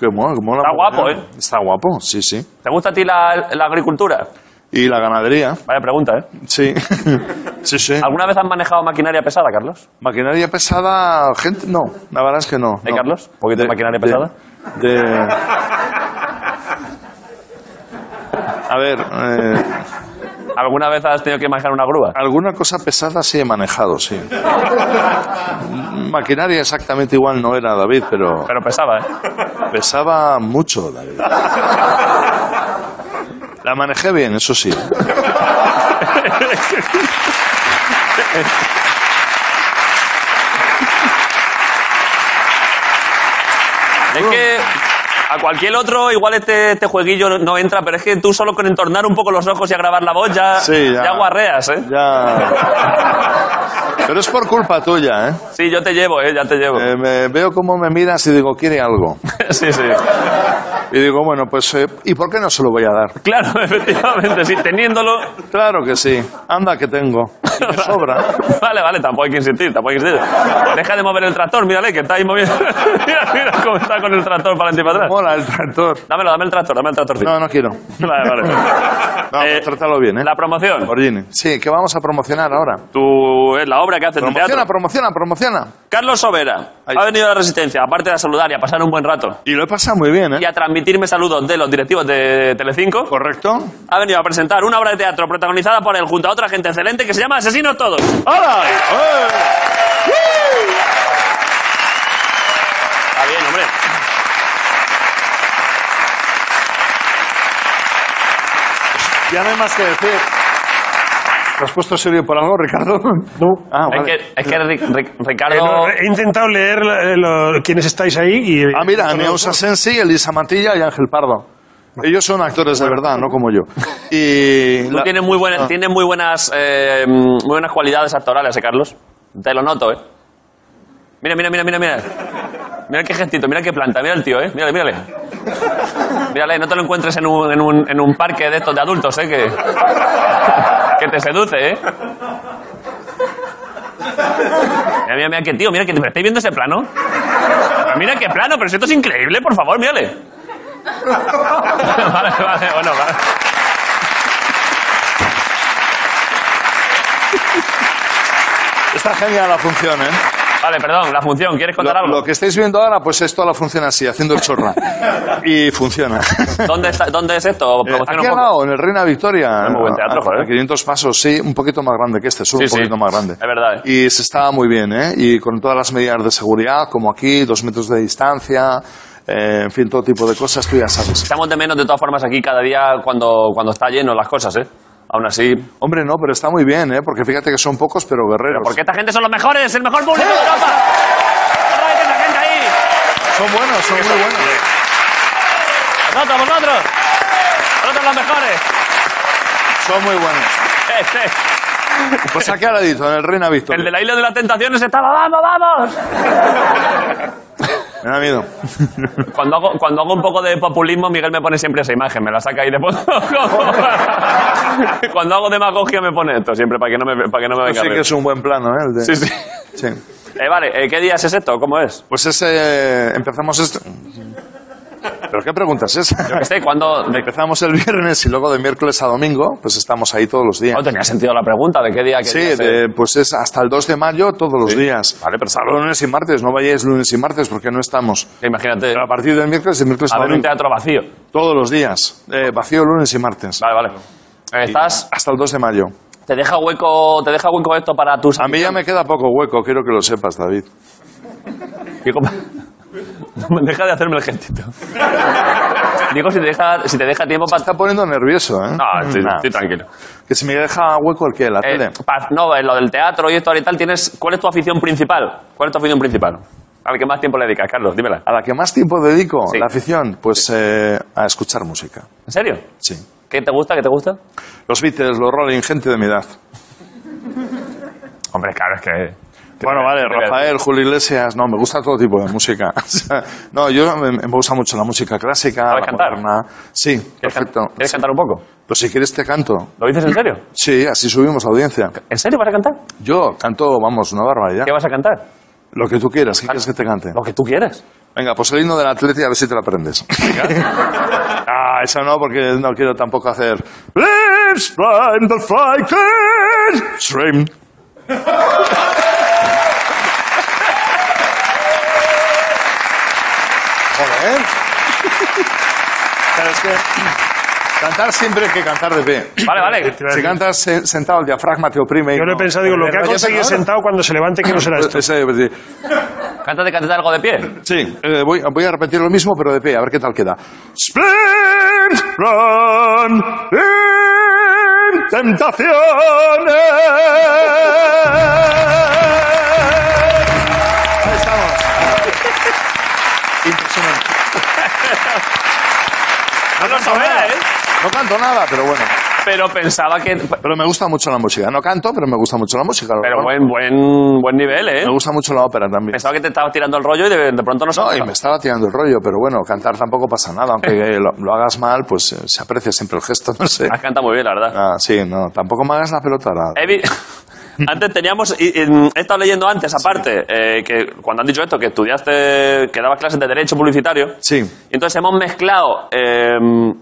Qué mola, qué mola,
Está guapo,
mogollón.
¿eh?
Está guapo, sí, sí.
¿Te gusta a ti la, la agricultura?
Y la ganadería,
Vaya pregunta, ¿eh?
sí. (laughs) sí, sí.
¿Alguna vez has manejado maquinaria pesada, Carlos?
Maquinaria pesada, gente, no, la verdad es que no.
¿Eh,
no.
Carlos? ¿Un poquito de maquinaria pesada?
de- A ver, eh,
¿Alguna vez has tenido que manejar una grúa?
alguna cosa pesada sí he manejado, sí. Maquinaria exactamente igual no era David, pero
Pero pesaba, ¿eh?
pesaba mucho David. La manejé bien, eso sí.
Es que a cualquier otro igual este, este jueguillo no entra, pero es que tú solo con entornar un poco los ojos y agravar la voz ya,
Sí, ya.
guarreas, ¿eh?
Ya. Pero es por culpa tuya, ¿eh?
Sí, (laughs) yo te llevo, ¿eh? Ya te llevo.
Eh, me- veo cómo me miras y digo, quiere algo.
sí, sí.
Y digo, bueno, pues, eh, ¿y por qué no se lo voy a dar?
Claro, (laughs) efectivamente, sí, teniéndolo.
Claro que sí. Anda que tengo. Y me (laughs) sobra.
Vale, vale, tampoco hay que insistir, tampoco hay que insistir. Deja de mover el tractor, mírale, que está ahí moviendo. (laughs) mira, mira cómo está con el tractor para adelante y para atrás.
Mola el tractor.
Dámelo, dame el tractor, dame el tractor.
No, no quiero.
Vale, vale.
(laughs) No,
Eh,
trátalo bien, ¿eh?
La promoción.
Orgini. Sí, que vamos a promocionar ahora.
Tú, es la obra que haces de
Promociona,
teatro.
promociona, promociona.
Carlos Sobera
Ahí.
ha venido a la Resistencia, aparte de a saludar y a pasar un buen rato
Y lo he pasado muy bien,
y
¿eh?
a transmitirme saludos de los directivos de Telecinco,
¿Correcto?
ha venido a presentar una obra de teatro protagonizada por él junto a otra gente excelente que se llama Asesinos Todos.
¡Hola!
Está bien, hombre.
Ya no hay más que decir. ¿Te has puesto serio por algo, (laughs) Ricardo?
No.
Ah,
Es
vale.
que, es que Ric- Ric-
Eh,
Ricardo...
no, He intentado leer eh, lo- quienes estáis ahí y... eh,
Ah, mira,
no,
Neusa Sensi, Elisa Matilla y Ángel Pardo. Ellos son actores de verdad, no como yo. Y
Tú
la-
tienes muy, buena-
Ah.
tienes muy buenas eh, muy buenas cualidades actorales, eh, Carlos. Te lo noto, ¿eh? Mira, mira, mira, mira, mira. Mira qué gestito, mira qué planta, mira el tío, ¿eh? Mírale, mírale. Mírale, no te lo encuentres en un, en un, en un parque de estos de adultos, ¿eh? Que, que te seduce, ¿eh? Mira, mira, mira qué tío, mira que... ¿Estáis viendo ese plano? Pero mira qué plano, pero si esto es increíble, por favor, mírale. (laughs) vale, vale, bueno, vale.
está genial la función, ¿eh?
Vale, perdón, la función, ¿quieres contar
Lo,
algo?
lo que estáis viendo ahora, pues es toda la función así, haciendo el (laughs) chorra. Y funciona.
¿Dónde, está- ¿Dónde es esto?
Eh,
Promociona
aquí
un
al
poco.
lado, en el Reina Victoria.
Es muy buen teatro,
a-
joder.
a 500 pasos, sí, un poquito más grande que este, solo
Sí,
un
sí,
poquito más grande.
es verdad, eh.
Y se estaba muy bien, ¿eh? Y con todas las medidas de seguridad, como aquí, dos metros de distancia, eh, en fin, todo tipo de cosas que ya sabes.
Estamos de menos de todas formas aquí cada día cuando, cuando está lleno las cosas, ¿eh? Aún así.
Hombre, no, pero está muy bien, ¿eh? Porque fíjate que son pocos, pero guerreros.
Porque esta gente son los mejores, el mejor público de (laughs) Europa. Otra vez esa gente ahí!
Son buenos, son muy buenos.
¡Vosotros, vosotros! ¡Vosotros los mejores!
Son muy buenos.
Este,
Pues aquí al ladito, en el Reina Victoria.
el de la isla de las tentaciones estaba, ¡vamos, vamos!
Me da miedo.
Cuando hago, cuando hago un poco de populismo, Miguel me pone siempre esa imagen, me la saca ahí de
(laughs)
fondo. cuando hago demagogia me pone esto, siempre para que no me, para que no me venga
Esto sí
arriba.
que es un buen plano, ¿eh? El de-
Sí, sí.
sí.
Eh, vale, eh, ¿qué día es esto? ¿Cómo es?
Pues ese... Empezamos este... ¿Pero qué pregunta es esa?
Yo qué sé, Este, ¿cuándo...? de-
Empezamos el viernes y luego de miércoles a domingo, pues estamos ahí todos los días.
No tenía sentido la pregunta, ¿de qué día? qué
Sí,
día es?
de- pues es hasta el 2 de mayo todos los días.
Vale, pero
Salvo lunes y martes, no vayáis lunes y martes porque no estamos.
Que Imagínate,
Pero a partir del miércoles y miércoles
a
a
ver un
domingo,
teatro vacío.
todos los días. Eh, vacío lunes y martes.
Vale, vale. Eh, ¿Estás...?
Hasta el 2 de mayo.
¿Te deja hueco te deja hueco esto para tus...
A mí ya me queda poco hueco, quiero que lo sepas, David.
Digo, no, (laughs) deja de hacerme el (laughs) gestito. Digo, si te deja, si te deja tiempo
Me
para...
está poniendo nervioso, ¿eh?
No, estoy,
Nah.
estoy tranquilo.
Que si me deja hueco el que, la
Eh,
tele.
pa- no, eh, lo del teatro y esto y tal, tienes... ¿Cuál es tu afición principal? ¿Cuál es tu afición principal? Al que más tiempo le dedicas, Carlos, dímela.
A la que más tiempo dedico,
Sí.
la afición, pues eh, a escuchar música.
¿En serio?
Sí.
¿Qué te gusta? ¿Qué te gusta?
Los Beatles, los Rolling, gente de mi edad.
Hombre, claro, es que...
Bueno, vale,
Venga,
Rafael, Julio Iglesias, no, me gusta todo tipo de música. (laughs) O sea, no, yo me, me gusta mucho la música clásica,
¿Sabes
la
cantar?
moderna. Sí,
¿Quieres, can-
perfecto.
¿Quieres cantar un poco?
Pues si quieres te canto.
¿Lo dices en serio?
Sí, así subimos la audiencia.
¿En serio vas a cantar?
Yo canto, vamos, una barbaridad.
¿Qué vas a cantar?
Lo que tú quieras, ¿qué quieres que te cante?
Lo que tú quieras.
Venga, pues el himno del Atleti a ver si te lo aprendes. (laughs) ah, esa no, porque no quiero tampoco hacer... Lips, blind, the fly, can stream. Joder. Pero es que cantar siempre hay que cantar de pie.
Vale, vale.
Efectivamente.
Si cantas se- sentado, el diafragma te oprime. y
Yo lo he
no-
pensado, digo, lo que ha
Yo
conseguido
sé-
sentado cuando se levante, que
(laughs)
no
(laughs)
será esto.
Ese- pues, ese-
Cántate, cántate algo de pie.
Sí, eh, voy, voy a repetir lo mismo, pero de pie, a ver qué tal queda. Split, run, in, tentaciones. Ahí estamos. (laughs) Impresionante.
No lo sabía, ¿eh?
¿eh? No canto nada, pero bueno.
pero pensaba que...
Pero me gusta mucho la música. No canto, pero me gusta mucho la música.
Pero
bueno,
buen, buen, buen nivel, ¿eh?
Me gusta mucho la ópera también.
Pensaba que te estabas tirando el rollo y de, de pronto no se
No, y
nota.
me estaba tirando el rollo, pero bueno, cantar tampoco pasa nada. Aunque eh, lo, lo hagas mal, pues eh, se aprecia siempre el gesto, (laughs) no sé.
Has cantado muy bien, la verdad.
Ah, sí, no, tampoco me hagas la pelota ahora.
(laughs) He vi- Antes teníamos, y- y, mm, he estado leyendo antes, aparte, eh, que cuando han dicho esto, que estudiaste, que dabas clases de Derecho Publicitario.
Sí.
Y entonces hemos mezclado eh,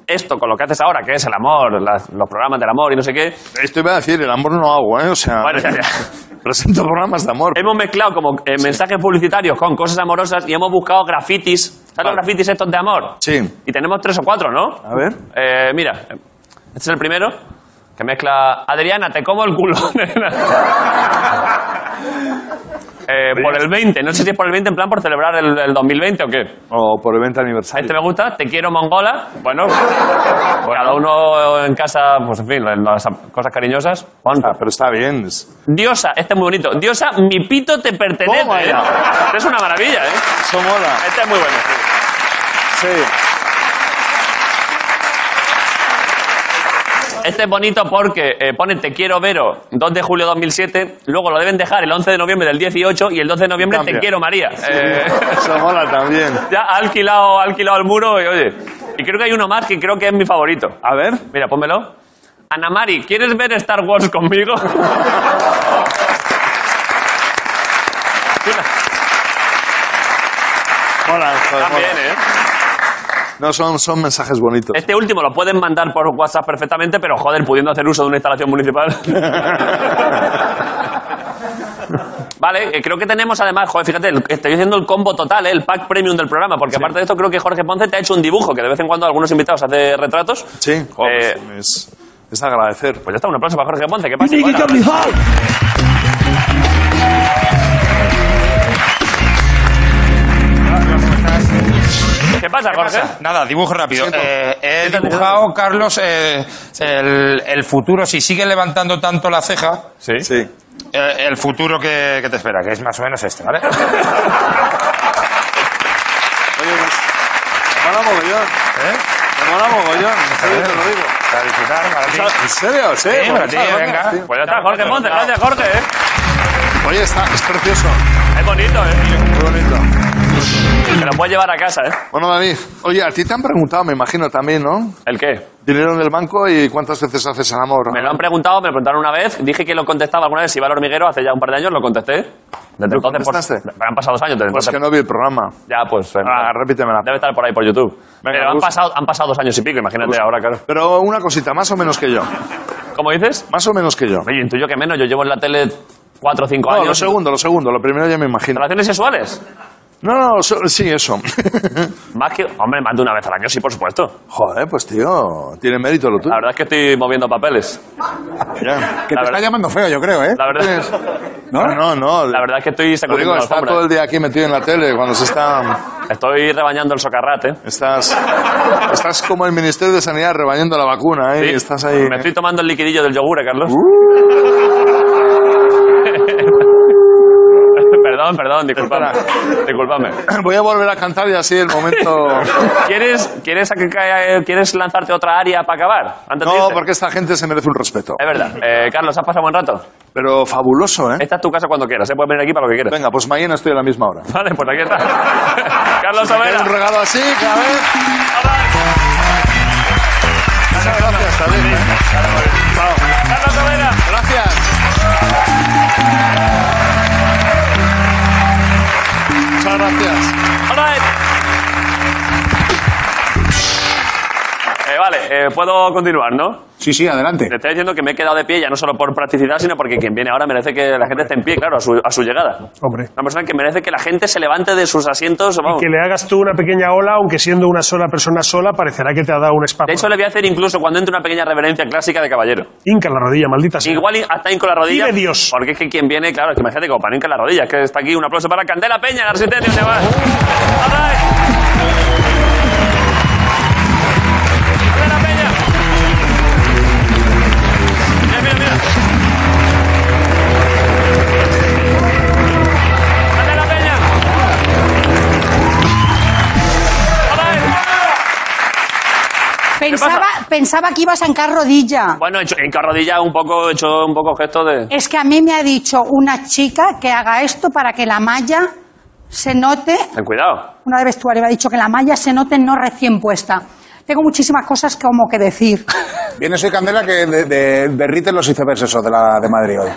esto con lo que haces ahora, que es el amor, las- los programas del amor y no sé qué.
Esto iba a decir, el amor no hago, ¿eh? O sea,
Bueno, ya, ya.
(laughs) presento programas de amor.
Hemos mezclado como eh, mensajes publicitarios con cosas amorosas y hemos buscado grafitis. ¿Sabes los grafitis estos de amor?
Sí.
Y tenemos tres o cuatro, ¿no?
A ver.
Eh, mira, este es el primero que mezcla. Adriana, te como el culo. (laughs) nena". Eh, por el 20, no sé si es por el 20 en plan por celebrar el, el 2020 o qué.
O por el 20 aniversario.
Este me gusta, te quiero mongola.
(laughs)
Bueno, pues cada uno en casa, pues en fin, las cosas cariñosas. Juan,
Ah, pero está bien. es-
Diosa, este es muy bonito. Diosa, mi pito te pertenece.
Toma
¿eh?
ya.
Este es una maravilla, ¿eh?
Eso mola.
Este es muy bueno. sí.
Sí.
Este es bonito porque eh, pone Te quiero Vero, 2 de julio de 2007. Luego lo deben dejar el 11 de noviembre del 18 y el 12 de noviembre
Cambia.
Te quiero María. Eh,
Eso mola también.
ya ha alquilado, ha alquilado el muro y oye. Y creo que hay uno más que creo que es mi favorito.
A ver.
Mira, pónmelo. Ana Mari, ¿quieres ver Star Wars conmigo?
Mola, joder, mola.
También, ¿eh?
No, son, son mensajes bonitos.
Este último lo pueden mandar por WhatsApp perfectamente, pero joder, pudiendo hacer uso de una instalación municipal. Vale, eh, creo que tenemos además, joder, fíjate, el- estoy haciendo el combo total, ¿eh? el pack premium del programa, porque aparte de esto creo que Jorge Ponce te ha hecho un dibujo, que de vez en cuando algunos invitados hace retratos.
Sí,
Eh,
joder, es, es de agradecer.
Pues ya está, un aplauso para Jorge Ponce, que pasa. ¿Qué pasa, Jorge?
Nada, dibujo rápido. Eh, he
Siéntate,
dibujado, Carlos, eh, el, el futuro. Si sigues levantando tanto la ceja,
Sí.
Sí.
eh, el futuro que, que te espera, que es más o menos
(laughs)
este, ¿vale?
Oye, me mola mogollón.
¿Eh?
Me mola mogollón. En serio te lo digo.
Para disfrutar, para ti.
¿En serio? Sí.
Sí, para
bueno,
ti,
claro,
venga.
sí.
Pues ya está, Jorge Ponce, gracias, Jorge, ¿eh?
Oye, está, es precioso.
Es bonito, ¿eh?
Muy bonito.
Te lo puedes llevar a casa, ¿eh?
Bueno, David, oye, a ti te han preguntado, me imagino también, ¿no?
¿El qué?
Dinero del banco y cuántas veces haces el amor.
Me lo han preguntado, me lo preguntaron una vez, dije que lo contestaba alguna vez, si iba al hormiguero, hace ya un par de años, lo contesté. Desde
¿Lo
entonces, pues,
contestaste?
han pasado dos años, desde
Pues
entonces,
que no vi el programa.
ya pues... eh,
Ah, repítemela.
Debe estar por ahí, por YouTube.
Venga,
Pero han
busca.
pasado, han pasado dos años y pico, imagínate ahora, claro.
Pero una cosita, más o menos que yo.
¿Cómo dices?
Más o menos que yo.
Oye, intuyo que menos, yo llevo en la tele cuatro o cinco
No,
años.
lo segundo, lo segundo, lo primero ya me imagino.
¿Relaciones sexuales?
No, no, lo se- sí, eso. (laughs)
Más que... Hombre, más de una vez al año, sí, por supuesto.
Joder, pues tío, tiene mérito lo tuyo.
La verdad es que estoy moviendo papeles.
Ya.
Que
La
te
verdad-
está llamando feo, yo creo, ¿eh?
La verdad,
No, no, no.
la verdad es que estoy
Lo
sacudiendo
digo,
la
está
alfombra.
todo el día aquí metido en la tele cuando se está...
Estoy rebañando el socarrat, ¿eh?
Estás, estás como el Ministerio de Sanidad rebañando la vacuna, ¿eh? Uh.
Sí.
Y estás ahí...
Me estoy tomando el liquidillo del yogur, ¿eh, Carlos. (laughs) perdón, perdón, disculpame. Disculpame.
eh. Voy a volver a cantar y así el
(laughs)
momento...
¿Quieres, quieres, a que caiga- eh, ¿Quieres lanzarte otra área para acabar? Antes de
No,
irte?
porque esta gente se merece un respeto.
Es verdad. Eh, Carlos, ¿has pasado buen rato?
Pero fabuloso, ¿eh?
Esta es tu casa cuando quieras. Se puede venir aquí para lo que quieras.
Venga, pues mañana estoy a la misma hora.
Vale, pues aquí
(laughs)
está. Carlos
Era
Overa.
un regalo así, ¿eh? cada vez. Muchas gracias, David.
Carlos Overa.
Gracias. Muchas gracias.
All right. Eh, vale, eh, puedo continuar, ¿no?
Sí, sí, adelante.
Te estoy diciendo que me he quedado de pie ya no solo por practicidad, sino porque quien viene ahora merece que la gente esté en pie, claro, a su, a su llegada.
Hombre.
Una persona que merece que la gente se levante de sus asientos. vamos.
Que le hagas tú una pequeña ola, aunque siendo una sola persona sola, parecerá que te ha dado un
De
espasmo.
hecho, le voy a hacer incluso cuando entre una pequeña reverencia clásica de caballero.
Hinca la rodilla, maldita sea.
Igual in- hasta hinco la rodilla.
Vive Dios.
Porque es que quien viene, claro, es que imagínate como para hincar la rodilla. Es que está aquí un aplauso para Candela Peña, la resistencia. ¿dónde vas? All right. Candela Peña. Mira, mira, mira. Candela Peña. All right.
Pensaba,
pasa?
pensaba que iba a zancar rodilla.
Bueno, he hecho- en carrodilla un poco, he hecho un poco gesto de...
Es que a mí me ha dicho una chica que haga esto para que la malla se note.
Ten cuidado.
Una de vestuario me ha dicho que la malla se note no recién puesta. Tengo muchísimas cosas como que decir. (laughs)
Viene Soy Candela que de- de- derrite los icebergs de, la, de Madrid hoy.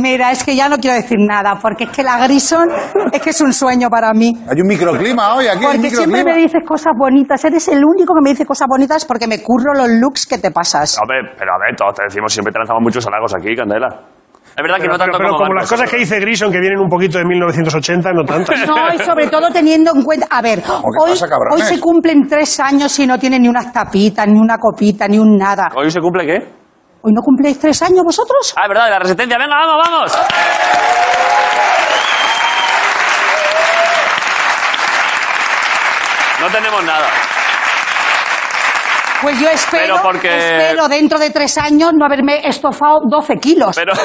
Mira, es que ya no quiero decir nada, porque es que la Grison es que es un sueño para mí.
Hay un microclima hoy aquí. hay un
Porque siempre me
microclima.
dices cosas bonitas. Eres el único que me dice cosas bonitas porque me curro los looks que te pasas.
Hombre, pero a ver, todos te decimos, siempre te lanzamos muchos halagos aquí, Candela. Es verdad que
Pero,
no tanto
pero- pero como,
Marcos,
las cosas que
pero-
dice Grison, que vienen un poquito de 1980, no tantas.
(laughs)
No, y sobre todo teniendo en cuenta.
(laughs)
A ver,
¿qué
hoy,
pasa, cabrones?
hoy se cumplen tres años y no tiene ni unas tapitas, ni una copita, ni un nada.
¿Hoy se cumple qué?
¿Hoy no cumpléis tres años vosotros?
Ah, es verdad, de la resistencia. Venga, vamos, vamos. No tenemos nada.
Pues yo espero,
Pero porque-
espero dentro de tres años no haberme estofado 12 kilos.
Pero.
(laughs)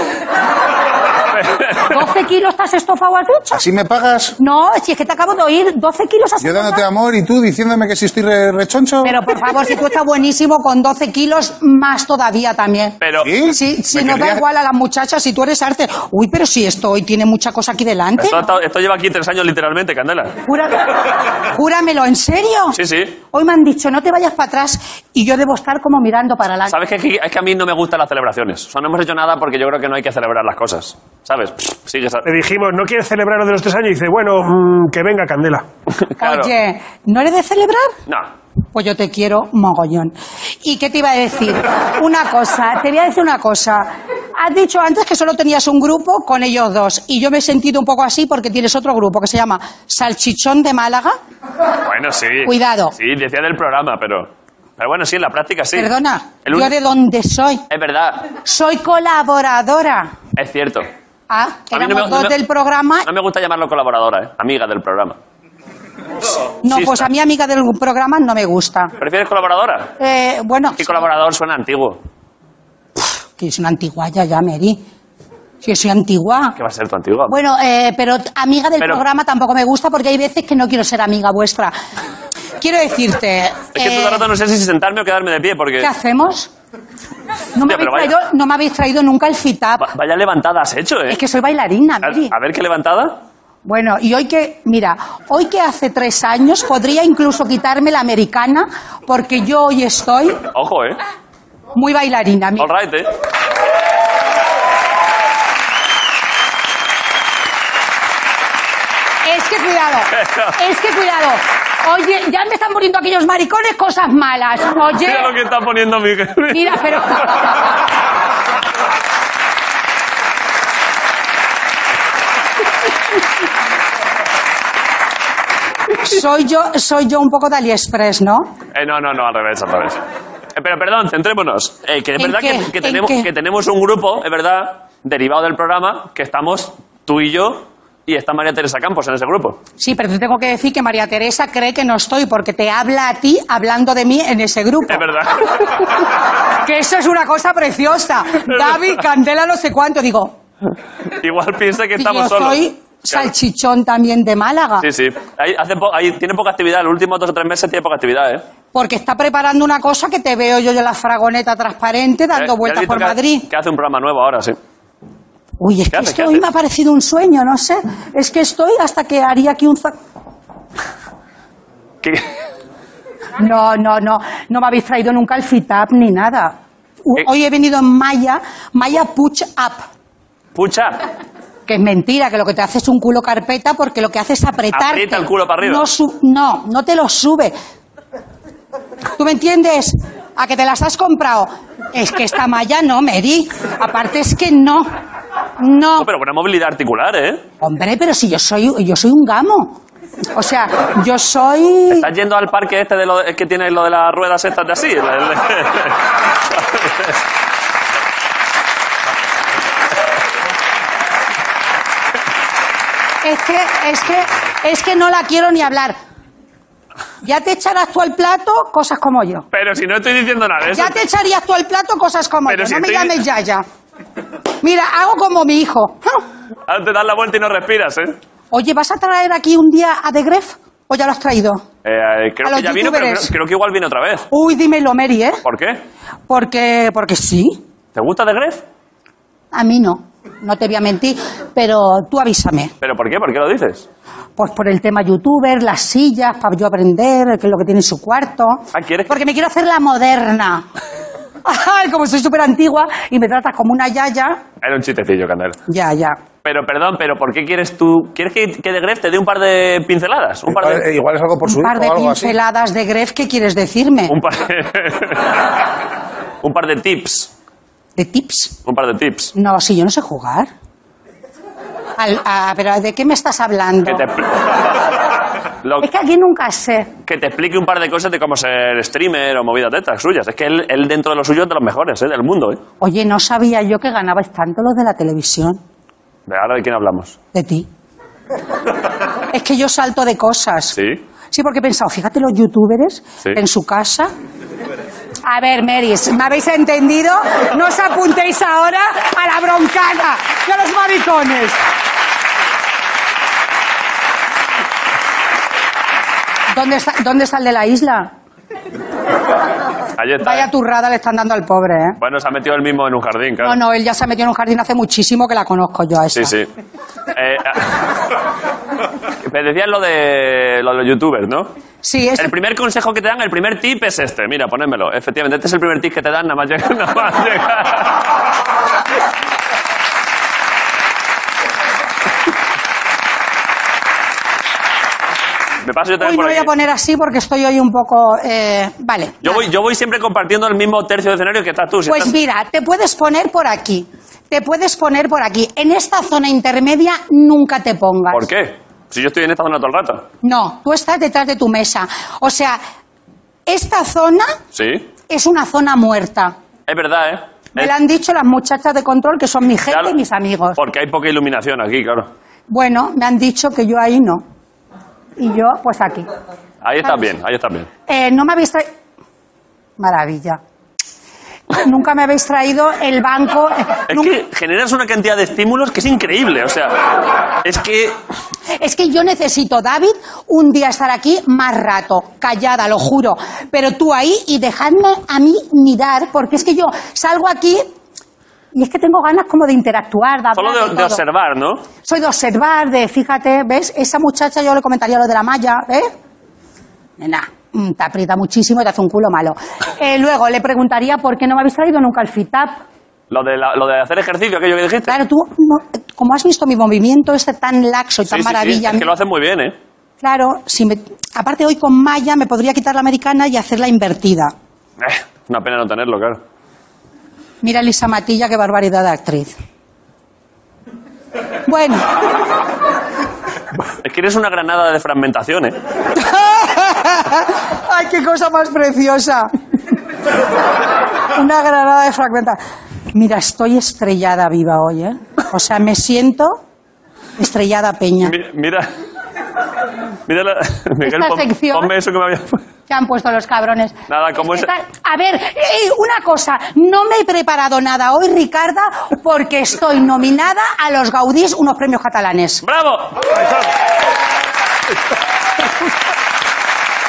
¿12 kilos estás estofado, has dicho?
¿Así me pagas?
No, si es que te acabo de oír, 12 kilos has
Yo
estofado.
dándote amor y tú diciéndome que si estoy re- rechoncho.
Pero por favor, si tú estás buenísimo con 12 kilos, más todavía también.
Pero.
¿Sí?
Sí, si
Me
no da
querrías-
igual a las muchachas, si tú eres arte. Uy, pero si esto hoy tiene mucha cosa aquí delante.
Esto, ha estado- esto lleva aquí tres años literalmente, Candela.
Jura- júramelo, ¿en serio?
Sí, sí.
Hoy me han dicho, no te vayas para atrás y yo debo estar como mirando para adelante.
¿Sabes que aquí- Es que a mí no me gustan las celebraciones. O sea, no hemos hecho nada porque yo creo que no hay que celebrar las cosas. ¿Sabes? Pff, Sigues. a-
Le dijimos, ¿no quieres celebrar lo de los tres años? Y dice, bueno, mm, que venga Candela.
(laughs) Claro.
Oye, ¿no eres de celebrar?
No.
Pues yo te quiero mogollón. ¿Y qué te iba a decir? Una cosa, te voy a decir una cosa. Has dicho antes que solo tenías un grupo con ellos dos. Y yo me he sentido un poco así porque tienes otro grupo que se llama Salchichón de Málaga.
Bueno, sí.
Cuidado.
Sí, decía del programa, pero. Pero bueno, sí, en la práctica sí.
Perdona,
El
¿yo
único-
de dónde soy?
Es verdad,
Soy colaboradora.
es cierto.
Ah,
A mí
éramos
no me- no
dos
me- Ah,
del programa.
No me gusta llamarlo colaboradora, ¿eh? Amiga del programa.
No,
sí
pues
está.
a mi amiga del programa no me gusta.
¿Prefieres colaboradora?
Eh, bueno,
Sí, colaborador suena antiguo.
que es una antigua ya, ya, Mary. Sí, soy antigua.
¿Qué va a ser tu antigua?
Bueno, eh, pero t- amiga del
Pero-
programa tampoco me gusta porque hay veces que no quiero ser amiga vuestra. Quiero decirte.
(laughs) es que
eh,
todo el rato no sé si sentarme o quedarme de pie, porque...
¿Qué hacemos? No me,
Hostia, pero
habéis
vaya.
traído, no me habéis traído nunca el fit-up.
Va- Vaya levantada has hecho, ¿eh?
Es que soy bailarina,
a,
Mary.
a ver qué levantada.
Bueno, y hoy que, mira, hoy que hace tres años podría incluso quitarme la americana porque yo hoy estoy
Ojo, ¿eh?
muy bailarina. mira.
All right, ¿eh?
Es que cuidado, es que cuidado. Oye, ya me están poniendo aquellos maricones cosas malas. Oye,
Mira lo que está poniendo Miguel.
(laughs)
(laughs)
mira, pero. Soy yo, soy yo un poco de AliExpress, ¿no?
Eh, no, no, no, al revés, al revés. Eh, pero perdón, centrémonos. Eh, que es
¿En
verdad
qué?
que, que
¿En
tenemos,
qué?
que tenemos un grupo, es verdad, derivado del programa, que estamos tú y yo y está María Teresa Campos en ese grupo.
Sí, pero te tengo que decir que María Teresa cree que no estoy porque te habla a ti hablando de mí en ese grupo.
Es verdad. (laughs)
Que eso es una cosa preciosa. David, Candela, no sé cuánto. Digo,
Igual piensa que
Si
estamos
yo
solos.
soy
Claro.
salchichón también de Málaga,
Sí, sí. Ahí hace po- ahí tiene poca actividad. Los últimos dos o tres meses tiene poca actividad, ¿eh?
porque está preparando una cosa que te veo yo en la fragoneta transparente
Ya-
dando
Eh, ya has
vueltas
visto
por
que ha-
Madrid.
Que hace un programa nuevo ahora, sí.
Uy, es
¿Qué
que
haces? ¿Qué
esto hoy
haces?
me ha parecido un sueño, no sé. Es que estoy hasta que haría aquí un... za-
¿Qué-
No, no, no. No me habéis traído nunca el fit-up ni nada. U-
¿Qué?
Hoy he venido en Maya, Maya Push Up.
(laughs) Pucha,
Que es mentira, que lo que te hace es un culo carpeta porque lo que hace es apretar.
Aprieta el culo para arriba.
No, su- no, no te lo sube. ¿Tú me entiendes? A que te las has comprado. Es que esta malla no, Mary. Aparte es que no. No.
no, pero buena movilidad articular, ¿eh?
Hombre, pero si yo soy, yo soy un gamo. O sea, yo soy.
Estás yendo al parque este de lo, es que tiene lo de las ruedas estas de así. la- la-
Es que, es que, es que no la quiero ni hablar. Ya te echarás tú al plato cosas como yo.
(laughs) Pero si no estoy diciendo nada de eso.
Ya te echarías tú al plato cosas como
Pero
yo.
si
no me
estoy-
llames Yaya. Mira, hago como mi hijo. Ah.
Ahora te das la vuelta y no respiras, ¿eh?
Oye, ¿vas a traer aquí un día a The Gref? ¿O ya lo has traído?
Eh, creo
A los
que ya vino, pero creo,
youtubers.
creo que igual viene otra vez.
Uy, dímelo, Mary, ¿eh?
¿Por qué?
Porque, porque sí.
¿Te gusta The Gref?
A mí no. No te voy a mentir, pero tú avísame.
¿Pero por qué? ¿Por qué lo dices?
Pues por el tema youtuber, las sillas, para yo aprender, qué es lo que tiene en su cuarto.
Ah, ¿quieres que-
Porque me quiero hacer la moderna. (laughs) Ay, como soy súper antigua y me tratas como una yaya.
Era un chistecillo, Candel.
Ya, ya.
Pero, perdón, pero ¿por qué quieres tú... ¿Quieres que, que The Gref te dé un par de pinceladas? Un par
Eh,
Igual,
de...
igual es algo por su
Un par
hijo
de
o algo así.
pinceladas de Gref, ¿qué quieres decirme?
Un par de... (laughs) un par de tips.
¿De tips?
Un par de tips.
No, si yo no sé jugar. Al- ah, pero ¿de qué me estás hablando?
Que te, expli- (laughs) Lo-
Es que aquí nunca sé.
que te explique un par de cosas de cómo ser streamer o movidas de estas suyas. Es que él, él dentro de lo suyo es de los mejores, ¿eh? Del mundo, ¿eh?
Oye, no sabía yo que ganabais tanto los de la televisión.
¿De ahora de quién hablamos?
De ti. es que yo salto de cosas.
¿Sí?
Sí, porque he pensado, fíjate los youtubers
Sí.
en su casa. A ver, Meris, ¿me habéis entendido? No os apuntéis ahora a la broncana y a los maricones. ¿Dónde está, ¿Dónde está el de la isla?
Ahí está. ¿eh?
Vaya turrada le están dando al pobre, ¿eh?
Bueno, se ha metido él mismo en un jardín, claro.
No, no, él ya se ha metido en un jardín hace muchísimo que la conozco yo a esa.
Sí, sí. Eh, ah, (laughs) me decías lo de, lo de los youtubers, ¿no?
Sí, es-
El primer consejo que te dan, el primer tip es este. Mira, ponémelo. Efectivamente, este es el primer tip que te dan, nada más llegar. (laughs) Nada más llegar. Me paso yo
Hoy
también
me
por
voy a
aquí.
poner así porque estoy hoy un poco... eh, vale.
Yo voy, yo voy siempre compartiendo el mismo tercio de escenario que estás tú. Si
Pues
estás-
mira, te puedes poner por aquí. Te puedes poner por aquí. En esta zona intermedia nunca te pongas.
¿Por qué? Si yo estoy en esta zona todo el rato.
No, tú estás detrás de tu mesa. O sea, esta zona
Sí.
es una zona muerta.
Es verdad, ¿eh?
Me
Es-
lo han dicho las muchachas de control que son mi gente
claro,
y mis amigos.
Porque hay poca iluminación aquí, claro.
Bueno, me han dicho que yo ahí no. Y yo, pues aquí.
Ahí está
Claro.
bien, ahí está bien.
Eh, no me habéis traído. Maravilla. Nunca me habéis traído el banco.
Es
Nunca-
que generas una cantidad de estímulos que es increíble, o sea, es que
Es que yo necesito, David, un día estar aquí más rato, callada, lo juro. Pero tú ahí y dejadme a mí mirar, porque es que yo salgo aquí y es que tengo ganas como de interactuar, de hablar.
solo
de
de, de
todo.
observar, ¿no?
Soy de observar, de fíjate, ¿ves? Esa muchacha yo le comentaría lo de la malla, ¿eh? Nena, mm, te aprieta muchísimo y te hace un culo malo. Eh, luego le preguntaría por qué no me habéis traído nunca el fit-up.
Lo de, la- lo de hacer ejercicio, aquello que dijiste.
Claro, tú, no- como has visto mi movimiento este tan laxo y
Sí,
tan
sí, sí,
maravilla,
es que lo hacen muy bien, ¿eh?
Claro, si me- aparte hoy con malla me podría quitar la americana y hacerla invertida.
Eh, Una pena no tenerlo, claro.
Mira a Lisa Matilla, qué barbaridad de actriz. Bueno, (laughs)
Es que eres una granada de fragmentación, ¿eh?
ay, qué cosa más preciosa. Una granada de fragmenta. Mira, estoy estrellada viva hoy, ¿eh? O sea, me siento estrellada peña.
Mi- Mira, mira, la- (laughs) Miguel,
Esta
pon-
sección-
ponme eso que me había puesto.
¿Qué han puesto los cabrones?
Nada, como
que
ese-
tal- A ver, eh, una cosa, no me he preparado nada hoy, Ricarda, porque estoy nominada a los Gaudís, unos premios catalanes.
¡Bravo! Ah,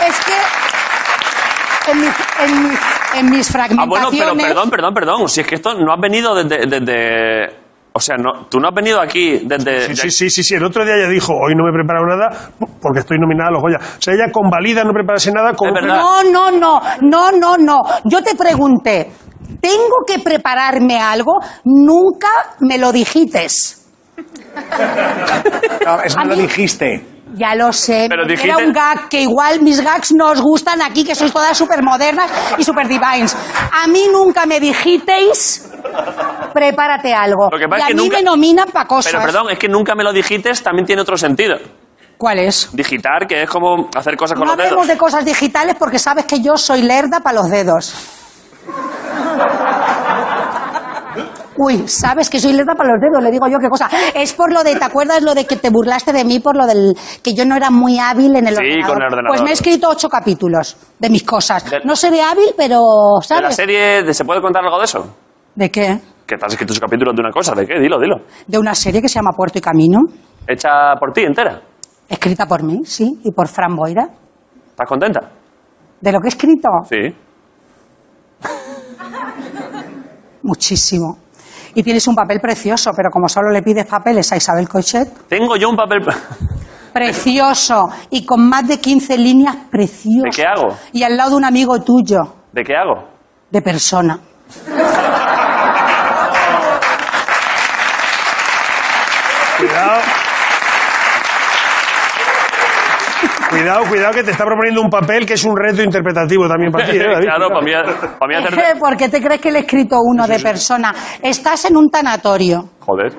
Es que en, mi- en mi- en mis
Ah, bueno,
fragmentaciones...
pero perdón, perdón, perdón. Si es que esto no has venido desde... desde- o sea, no, tú no has venido aquí desde...
Sí, sí, sí, sí, sí. El otro día ella dijo, hoy no me he preparado nada porque estoy nominada a los Goya. O sea, ella convalida no prepararse nada como...
Es verdad.
No, no, no, no, no, no. Yo te pregunté, ¿tengo que prepararme algo? Nunca me lo dijites.
No, eso
A
no lo
mí-
dijiste.
Ya lo sé,
Pero
me-
dijiste-
era un gag que igual mis gags no os gustan aquí, que sois todas súper modernas y súper divines. A mí nunca me dijisteis, prepárate algo.
Lo que pasa
y
es
a
que
mí
nunca-
me nominan para cosas.
Pero perdón, es que nunca me lo dijites también tiene otro sentido.
¿Cuál es?
Digitar, que es como hacer cosas con
No
los dedos.
hablemos de cosas digitales porque sabes que yo soy lerda para los dedos. Uy, sabes que soy lerda para los dedos, le digo yo qué cosa. Es por lo de, ¿te acuerdas lo de que te burlaste de mí por lo del que yo no era muy hábil en el
Sí,
ordenador?
con el ordenador.
Pues me he escrito ocho capítulos de mis cosas.
De-
No seré hábil, pero
¿De la
¿sabes?
serie de- se puede contar algo de eso?
¿De qué?
Que te has escrito sus capítulos de una cosa, ¿de qué? Dilo, dilo.
De una serie que se llama Puerto y Camino.
Hecha por ti entera.
Escrita por mí, sí, y por Fran Boira.
¿Estás contenta?
¿De lo que he escrito?
Sí.
Muchísimo. Y tienes un papel precioso, pero como solo le pides papeles a Isabel Cochet,
Tengo yo un papel.
(laughs) precioso. Y con más de 15 líneas preciosas.
¿De qué hago?
Y al lado de un amigo tuyo,
¿De qué
(laughs)
hago?
de persona.
Cuidado. Cuidado, cuidado, que te está proponiendo un papel que es un reto interpretativo también para ti, ¿eh, David?
claro, pues para mí, para mí hacer. (laughs)
(laughs)
de-
¿Por qué te crees que le he escrito uno de persona? Estás en un tanatorio,
Joder,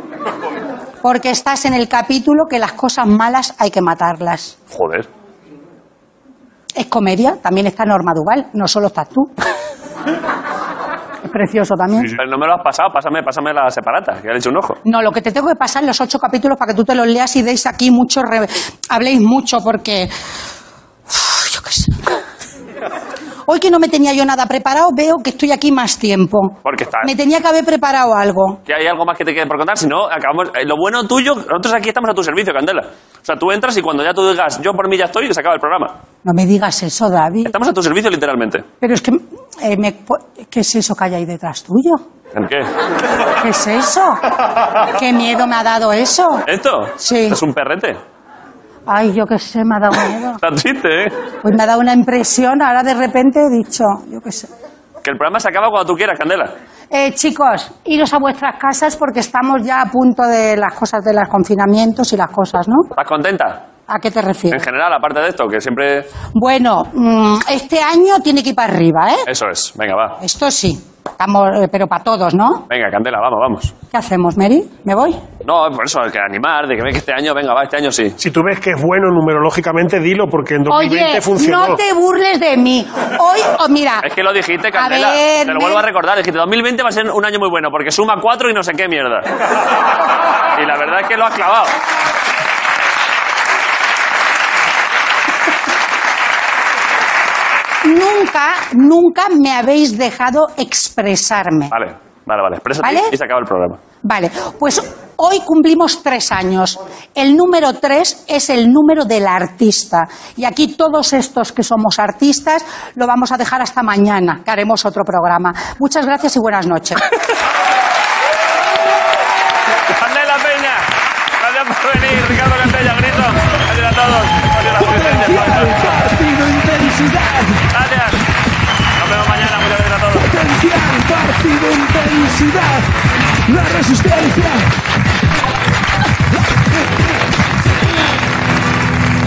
porque estás en el capítulo que las cosas malas hay que matarlas.
joder.
Es comedia, también está Norma Duval, no solo estás tú. (laughs) Es precioso también.
Pero no me lo has pasado, pásame, pásame la separata, que le he hecho un ojo.
No, lo que te tengo que pasar los ocho capítulos para que tú te los leas y deis aquí mucho, re- habléis mucho porque... Uf, yo qué sé. Hoy que no me tenía yo nada preparado, veo que estoy aquí más tiempo.
Porque está-
Me tenía que haber preparado algo.
Que hay algo más que te quede por contar, si no, acabamos. eh, Lo bueno tuyo, nosotros aquí estamos a tu servicio, Candela. O sea, tú entras y cuando ya tú digas, yo por mí ya estoy, se acaba el programa.
No me digas eso, David.
Estamos a tu servicio, literalmente.
Pero es que... eh, me- ¿Qué es eso que hay ahí detrás tuyo?
¿En qué?
¿Qué es eso? ¿Qué miedo me ha dado eso?
¿Esto?
Sí.
Esto es un perrete.
Ay, yo qué sé, me ha dado miedo.
Está triste, ¿eh?
Pues me ha dado una impresión, ahora de repente he dicho, yo qué sé.
Que el programa se acaba cuando tú quieras, Candela.
Eh, chicos, iros a vuestras casas porque estamos ya a punto de las cosas de los confinamientos y las cosas, ¿no?
¿Estás contenta?
¿A qué te
En
refieres?
general, aparte de esto, que siempre.
Bueno, mm, este año tiene que ir para arriba, ¿eh?
Eso es. Venga, va.
Esto sí, estamos, eh, pero para todos, ¿no?
Venga, Candela, vamos, vamos.
¿Qué hacemos, Mary? ¿Me voy?
No, por eso hay que animar, de que ve que este año, venga, va, este año sí.
Si tú ves que es bueno numerológicamente, dilo, porque en 2020
Oye,
funcionó.
no te burles de mí. Hoy, o mira,
Es que lo dijiste,
A
Candela.
ver,
te lo
me-
vuelvo a recordar. Dijiste, 2020 va a ser un año muy bueno porque suma cuatro y no sé qué
(laughs)
mierda. y la verdad es que lo has clavado.
nunca, nunca me habéis dejado expresarme.
Vale, vale, vale. Exprésate
¿Vale?
y se acaba el programa.
Vale, pues hoy cumplimos tres años. El número tres es el número del artista. Y aquí todos estos que somos artistas lo vamos a dejar hasta mañana, que haremos otro programa. Muchas gracias y buenas noches.
Candela Peña. Gracias por venir, Ricardo Cantella, grito. Gracias a todos. Gracias a los presentes.
partido, intensidad,
Gracias. Nos vemos mañana. Muchas gracias a todos.
potencial, partido, intensidad, la resistencia.